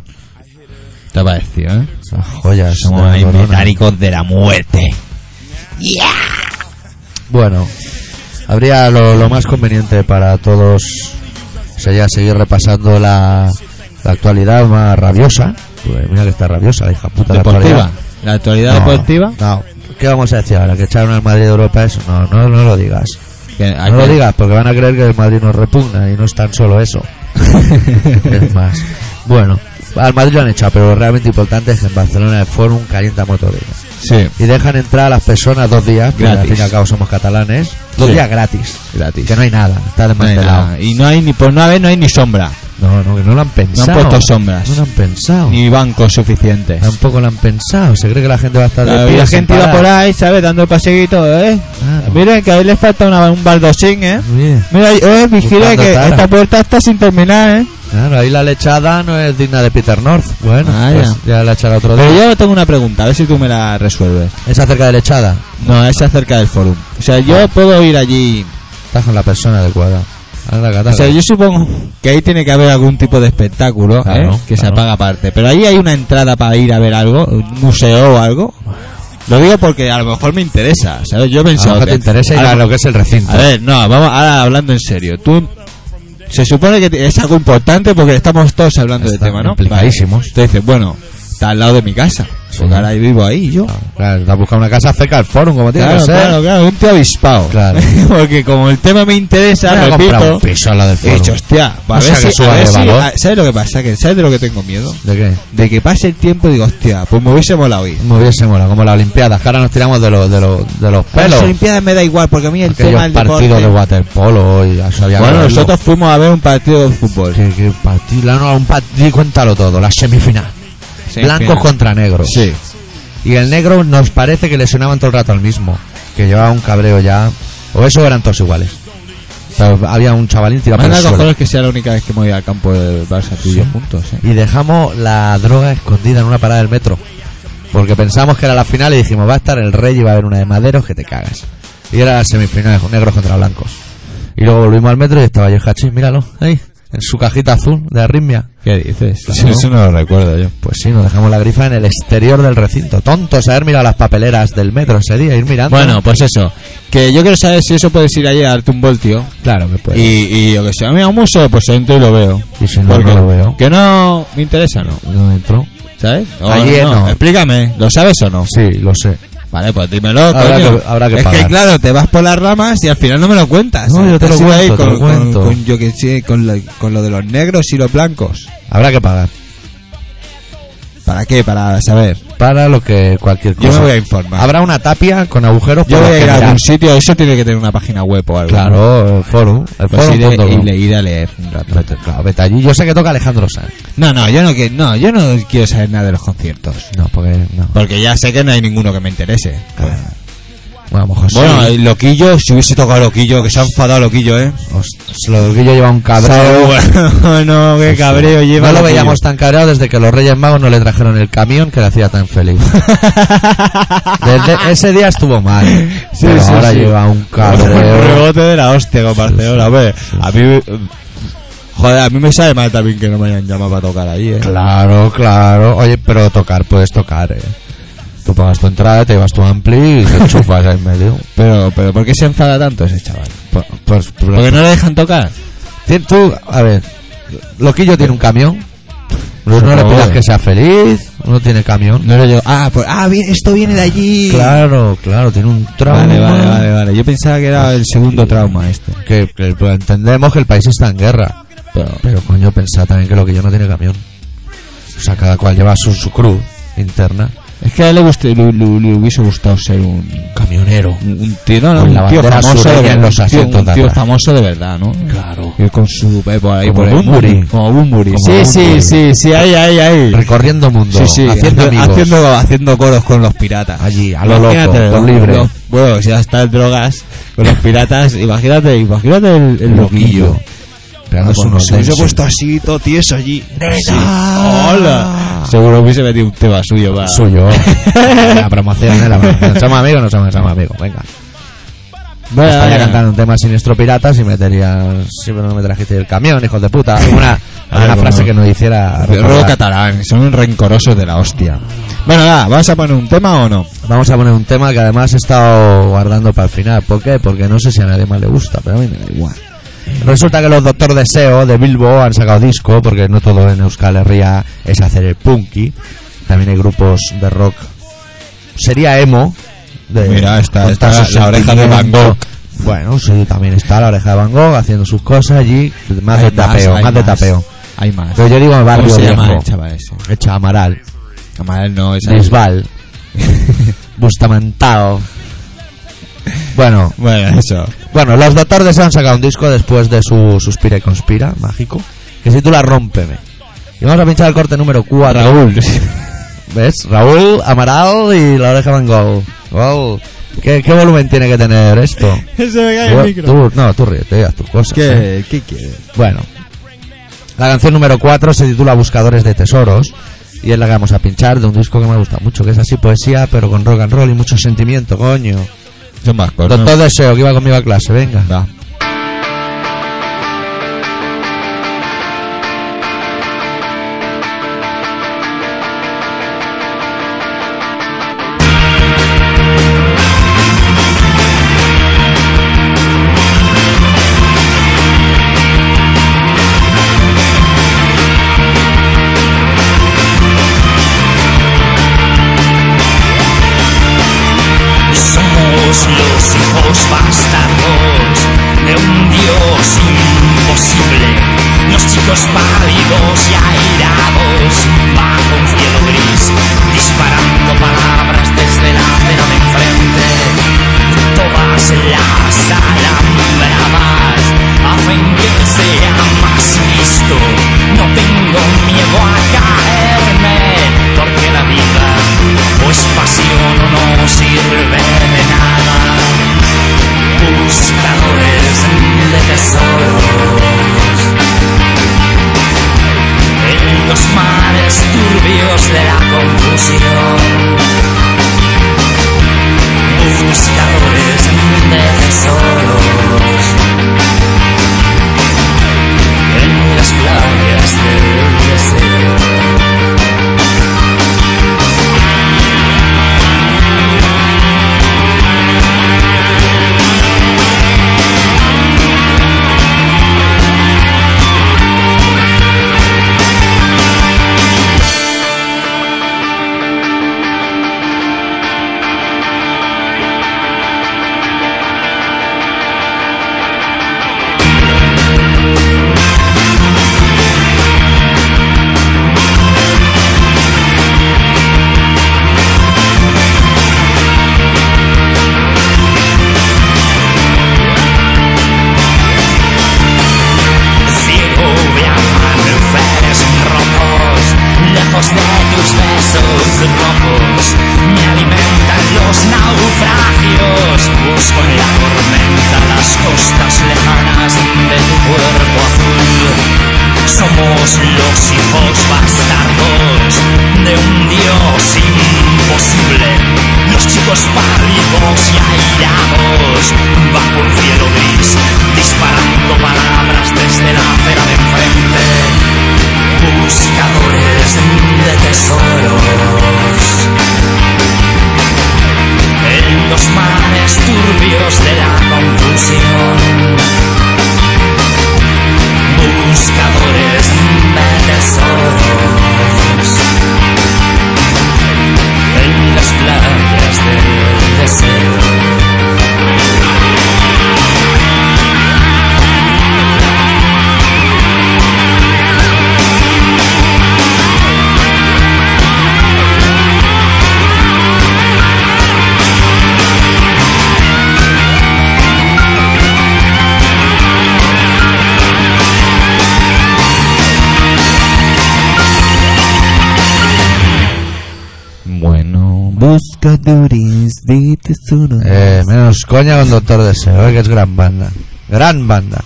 Te va a decir, ¿eh?
Las joyas
Somos
de la
ahí
corona.
metálicos de la muerte.
Bueno, habría lo, lo más conveniente para todos sería seguir repasando la, la actualidad más rabiosa. Pues mira que está rabiosa la hija puta de la
Deportiva.
actualidad.
La actualidad
No,
deportiva.
No. ¿Qué vamos a decir ahora? ¿Que echaron al Madrid de Europa eso? No, no, no lo digas.
que hay
No lo
que-
digas porque van a creer que el Madrid nos repugna y no es tan solo eso. es más. Bueno, al Madrid lo han echado, pero lo realmente importante es que en Barcelona el Forum calienta motores
Sí,
y dejan entrar a las personas dos días, porque
Gratis.
al fin y al cabo somos catalanes, dos
Sí.
días gratis,
gratis.
que no hay nada, está
No hay
desmantelado.
nada. Y no hay ni, por no haber, no hay ni sombra.
No, no, que no lo han
No
pensado.
han puesto sombras.
No lo han pensado.
Ni bancos suficientes.
Tampoco lo han pensado. Se cree que la gente va a estar
La,
de pie
la
sin
gente iba
parar.
por ahí, ¿sabes? Dando el paseíto, ¿eh?
Claro.
Miren que ahí les falta una- un baldosín, ¿eh?
Muy bien.
Mira, eh, vigila
Buscando
que
tara.
esta puerta está sin terminar, ¿eh?
Claro, ahí la lechada no es digna de Peter North. Bueno,
Ah,
pues ya la echará otro
Pero
día.
yo tengo una pregunta, a ver si tú me la resuelves.
Es acerca de lechada.
No, es acerca del forum. O sea, yo puedo ir allí.
Estás con la persona adecuada. Anda,
O
catala.
sea, yo supongo que ahí tiene que haber algún tipo de espectáculo ¿eh?
Claro,
que se
claro.
apaga aparte. Pero ahí hay una entrada para ir a ver algo, un museo o algo. Lo digo porque a lo mejor me interesa, ¿sabes? Yo he
a lo
pensado
mejor
que-
te interesa ir
a lo-
a lo que es el recinto.
A ver, no, vamos ahora hablando en serio. Tú se supone que te- es algo importante porque estamos todos hablando del
Están
tema, ¿no?
implicadísimos.
Te dices, bueno, está al lado de mi casa, porque ahora vivo ahí yo.
Claro, te has buscado una casa cerca del forum, como tiene
Claro,
que ser.
claro, claro, un tío avispado.
Claro.
porque como el tema me interesa,
Me voy a comprar
repito,
un piso al lado del
he
forum.
dicho, hostia,
No
a ver
sea que
si-
suba
a ver
de
si-
valor.
a- ¿sabes lo que pasa? Que- ¿Sabes de lo que tengo miedo?
¿De qué?
De que pase el tiempo y digo, hostia, pues me hubiese molado ir.
Me hubiese molado, como las Olimpiadas, que ahora nos tiramos de, los de, los de los
A las
pelos.
Olimpiadas me da igual, porque a mí el
Aquellos
tema del
partidos
deporte...
de waterpolo y ya sabía
Bueno,
que verlo.
nosotros fuimos a ver un partido de fútbol.
Que, que partido, la- no, un partido, cuéntalo todo, la semifinal.
Sí,
Blancos
mira.
contra negros.
Sí.
Y el negro nos parece que lesionaban todo el rato al mismo. Que llevaba un cabreo ya. O eso eran todos iguales. Pero había un chavalín tirado por
Manda
el suelo.
cojones que sea la única vez que me voy al campo del Barça tú y yo juntos, ¿eh?
Y dejamos la droga escondida en una parada del metro. Porque pensamos que era la final y dijimos, va a estar el rey y va a haber una de maderos que te cagas. Y era la semifinal, negros contra blancos. Y luego volvimos al metro y estaba yo Hachís, míralo, ahí, en su cajita azul de arritmia.
¿Qué dices?
Sí, eso no lo recuerdo yo.
Pues sí, nos dejamos la grifa en el exterior del recinto. Tontos haber mirado las papeleras del metro ese día, ir mirando.
Bueno, pues eso. Que yo quiero saber si eso puedes ir allí a darte un voltio.
claro que puede.
Y, y yo que sé, a mí a un museo, pues entro y lo veo.
Y si no,
Porque
no lo veo.
Que no me interesa, ¿no?
no entró?
¿Sabes? O
Allí no.
Explícame, ¿lo sabes o no?
Sí, lo sé.
Vale, pues dímelo.
Habrá
coño.
que- habrá que
es
pagar.
que claro, te vas por las ramas y al final no me lo cuentas.
No, yo te
Has
lo
ido ahí
cuento, te
con,
lo cuento.
con- con- yo que sé, con lo, con lo de los negros y los blancos.
Habrá que pagar.
¿Para qué? Para saber.
Para lo que cualquier cosa.
Yo me voy a informar.
Habrá una tapia con agujeros
Yo
por los
voy a
que
ir a
mirar.
algún sitio, eso tiene que tener una página web o algo.
Claro, el forum. El
Pues
forum
iré
punto com.
y le iré a leer un rato.
Vete, claro, vete allí. Yo sé que toca Alejandro Sanz.
No, no, yo no, que, no, yo no quiero saber nada de los conciertos.
No, porque no.
Porque ya sé que no hay ninguno que me interese.
Bueno, eh, a lo mejor sí.
Bueno, el Loquillo, si hubiese tocado Loquillo, que se ha enfadado Loquillo, ¿eh?
Ostras, lo del Guillo lleva un cabrón.
Bueno, qué cabreo lleva.
No lo
Loquillo.
veíamos tan cabreado desde que los Reyes Magos no le trajeron el camión que le hacía tan feliz. Desde ese día estuvo mal.
Sí,
pero
sí,
ahora
sí.
lleva un
Un
cabreo.
rebote de la hostia con Barcelona, hombre. A mí. eh, Joder, a mí me sabe mal también que no me hayan llamado para tocar ahí, ¿eh?
Claro, claro. Oye, pero tocar, puedes tocar, eh. Tú pagas tu entrada, te llevas tu ampli y te chufas ahí en medio.
Pero, pero, ¿por qué se enfada tanto ese chaval?
Pues, pues-
¿Porque no le dejan tocar?
Tien- Tú, a ver, Loquillo tiene un camión. No, no le
favor.
pidas que sea feliz. eh. No tiene camión.
No le yo. Ah, pues, ah, bien, esto viene de allí.
Claro, claro, tiene un trauma.
Vale, vale, vale, vale. Yo pensaba que era el segundo trauma este.
Que, que, pues, entendemos que el país está en guerra.
Pero,
Pero coño, pensad también que Loquillo no tiene camión. O sea, cada cual lleva su, su cruz interna.
es que a él le, guste- le- le- le hubiese gustado ser un.
Camionero.
Un tío, no, no,
Con la
un tío
bandera
famoso de
sureña en
verdad.
los
un tío-
asientos de
un tío
atrás.
famoso de verdad, ¿no?
Claro.
Y Con su. eh, por ahí,
Como
por ahí.
Bunbury.
Como Bumburi.
Como
Sí, sí,
Bunbury.
sí, sí, ahí, ahí, ahí.
Recorriendo mundo.
Sí, sí,
haciendo amigos.
haciendo, haciendo coros con los piratas.
Allí, a lo
Imagínate,
loco, por
los-
libre.
los- bueno, si ya está en drogas con los piratas, imagínate, imagínate el, el loquillo. Ah, pues,
Pegándose unos
Se hubiese
densos.
puesto así, todo tieso allí.
¡Hola! Seguro hubiese metido un tema suyo para...
Suyo. la promoción, eh, la promoción. Somos amigos, no somos, somos amigos. Venga.
Vaya,
Estaría
vaya.
cantando un tema siniestro pirata si me tenías- si no me trajiste el camión, hijos de puta. Alguna, alguna
Algo,
frase
¿no?
que nos hiciera.
Pero luego
recordar.
catalán, son rencorosos de la hostia. Bueno, nada, ¿vas a poner un tema o no?
Vamos a poner un tema que además he estado guardando para el final. ¿Por qué? Porque no sé si a nadie más le gusta, pero a mí me da igual. Resulta que los Doctor Deseo de Bilbo han sacado disco, porque no todo en Euskal Herria es hacer el punky. También hay grupos de rock. Sería emo. de
Mira, está-
contar
está
sus
la oreja de Van
sentimientos.
Gogh.
Bueno, sí, también está la oreja de Van Gogh haciendo sus cosas allí. Más
Hay
de tapeo, más,
hay
de tapeo.
Hay más.
Pero yo digo el barrio
¿Cómo se llama
viejo.
el chaval ese?
Hecha Amaral,
Amaral no, es...
Bisbal, Bustamantao. Bueno,
Bueno, eso.
Bueno, los Doctor Deseo han sacado un disco después de su Suspira y Conspira, mágico, que se titula Rómpeme. Y vamos a pinchar el corte número 4.
Raúl.
¿Ves? Raúl, Amaral y la oreja Van Gogh. Wow. ¿Qué, qué volumen tiene que tener esto?
Eso me
Tú- tú- no, tú ríete, digas tus cosas. ¿eh?
Eh, ¿Qué, ¿Qué quieres?
Bueno, la canción número 4 se titula Buscadores de Tesoros y es la que vamos a pinchar de un disco que me gusta mucho, que es así poesía, pero con rock and roll y mucho sentimiento, coño.
Son más cortos.
Doctor Deseo, que iba conmigo a clase, venga.
Va.
Somos los hijos bastardos de un dios imposible. Los chicos pálidos y airados bajo un cielo gris, disparando palabras desde la acera de enfrente. Todas las alambradas hacen que sea más listo. No tengo miedo a caerme porque la vida o es pasión o no sirve de nada. Puse
Somos los hijos bastardos de un dios imposible. Los chicos pálidos y airados bajo un cielo gris, disparando palabras desde la acera de enfrente. Buscadores de tesoros en los mares turbios de la confusión. Buscadores de tesoros en las playas del deseo.
Bueno,
Buscadores de tesoros.
Eh, menos coña con Doctor Deseo, eh, que es gran banda. Gran banda.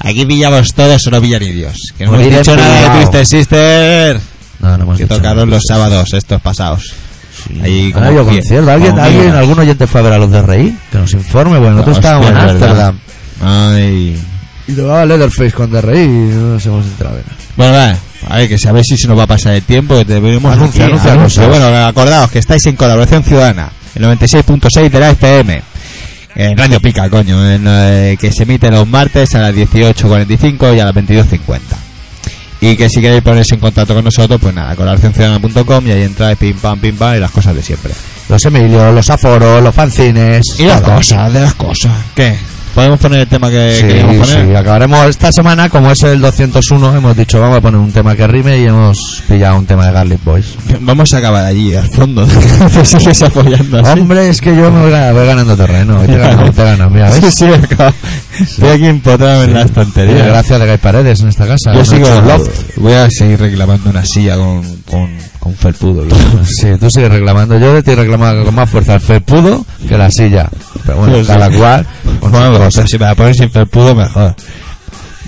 Aquí pillamos todos, solo pillan y Dios. Que no
Muy
hemos
bien
dicho nada de
pillado.
Twisted Sister.
No, no hemos
Que
dicho
tocaron
nada.
los sábados estos pasados. Ahí
Han habido
quie-
concierto. ¿Alguien,
como
alguien,
quieras.
algún oyente fue a ver a los de Rey? Que nos informe. Bueno, nosotros
Hostia,
estábamos en
es verdad.
Ámsterdam.
Ay.
Y tocaba Leatherface con de Rey y no nos hemos entrado bien.
Bueno, va, a ver, que si- a ver si se nos va a pasar el tiempo, que debemos
Anuncia,
aquí,
anuncia cosas.
Bueno, acordaos que estáis en Colaboración Ciudadana, el 96.6 de la FM. En Radio Pica, coño, en, eh, que se emite los martes a las 18.45 y a las 22.50. Y que si queréis ponerse en contacto con nosotros, pues nada, colaboracionciudadana.com y ahí entráis pim pam pim pam y las cosas de siempre.
Los Emilio, los Aforos, los fanzines.
Y las
todo.
cosas, de las cosas. ¿Qué? ¿Podemos poner el tema que
Sí,
eh, queríamos poner?
sí, acabaremos esta semana, como es el 201, hemos dicho vamos a poner un tema que rime y hemos pillado un tema de Garlic Boys.
Vamos a acabar allí, al fondo. Sigues apoyando así.
Hombre, es que yo me voy, ga- voy ganando terreno, y te gano, te gano, mira, ¿ves?
Sí, sí, acabo. Estoy aquí empotrado en la estantería.
Gracias de Gay Paredes en esta casa.
Yo
Una
sigo
chula.
Voy a seguir reclamando una silla con, con, con felpudo. yo.
Pues Sí, tú sigues reclamando. Yo le estoy reclamando con más fuerza el felpudo que la silla. Pero bueno,
Yo sí.
cada cual. con
Bueno,
sus
pero
cosas.
si me la pones sin felpudo, mejor.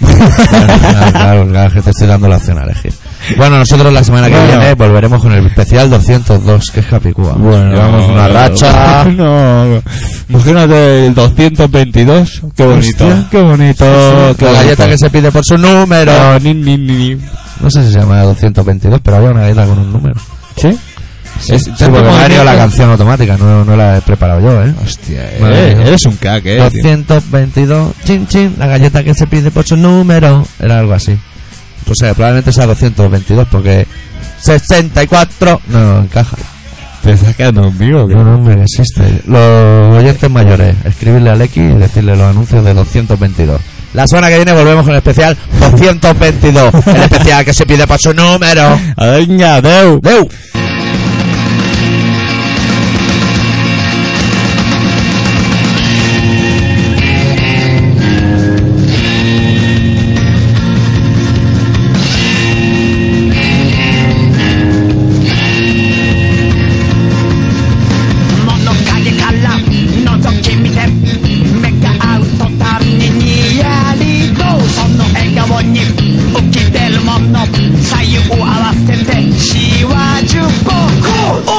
Claro, claro, claro, claro, que te estoy dando la opción a elegir. Bueno, nosotros la semana que
Bueno.
viene volveremos con el especial 202, que es Capicúa. Llevamos una racha.
No, imagínate el 222. Qué bonito.
Hostia.
Qué bonito. Qué
la galleta
bonito.
que se pide por su número.
No, ni, ni, ni, ni.
No sé si se llama 222, pero había una galleta con un número.
¿Sí? Es-
Sí, porque me ha venido la canción automática, no, no la he preparado yo, ¿eh?
Hostia, eh,
Madre mía.
eres un crack, eh. tío.
222, chin chin, la galleta que se pide por su número. Era algo así. Pues eh, probablemente sea 222 porque 64 no encaja.
Te estás quedando conmigo, que
No, no, hombre, existe. Los oyentes mayores, escribirle al X y decirle los anuncios de 222. La semana que viene volvemos con el especial 222. El especial que se pide por su número.
Ah, Venga, Deu.
¡Deu!
物陰から覗き見て目が合う途端ににやりとその笑顔に浮き出るもの左右合わせてしわじゅう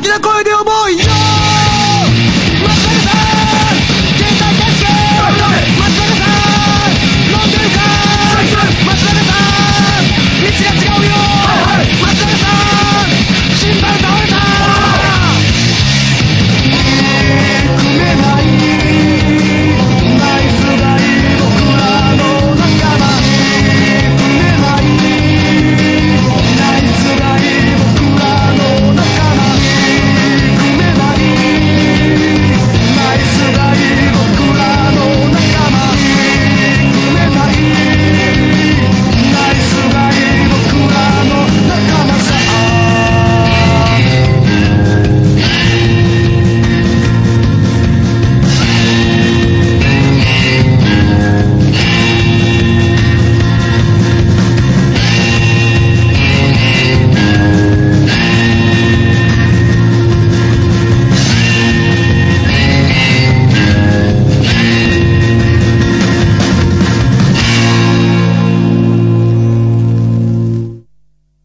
quiere con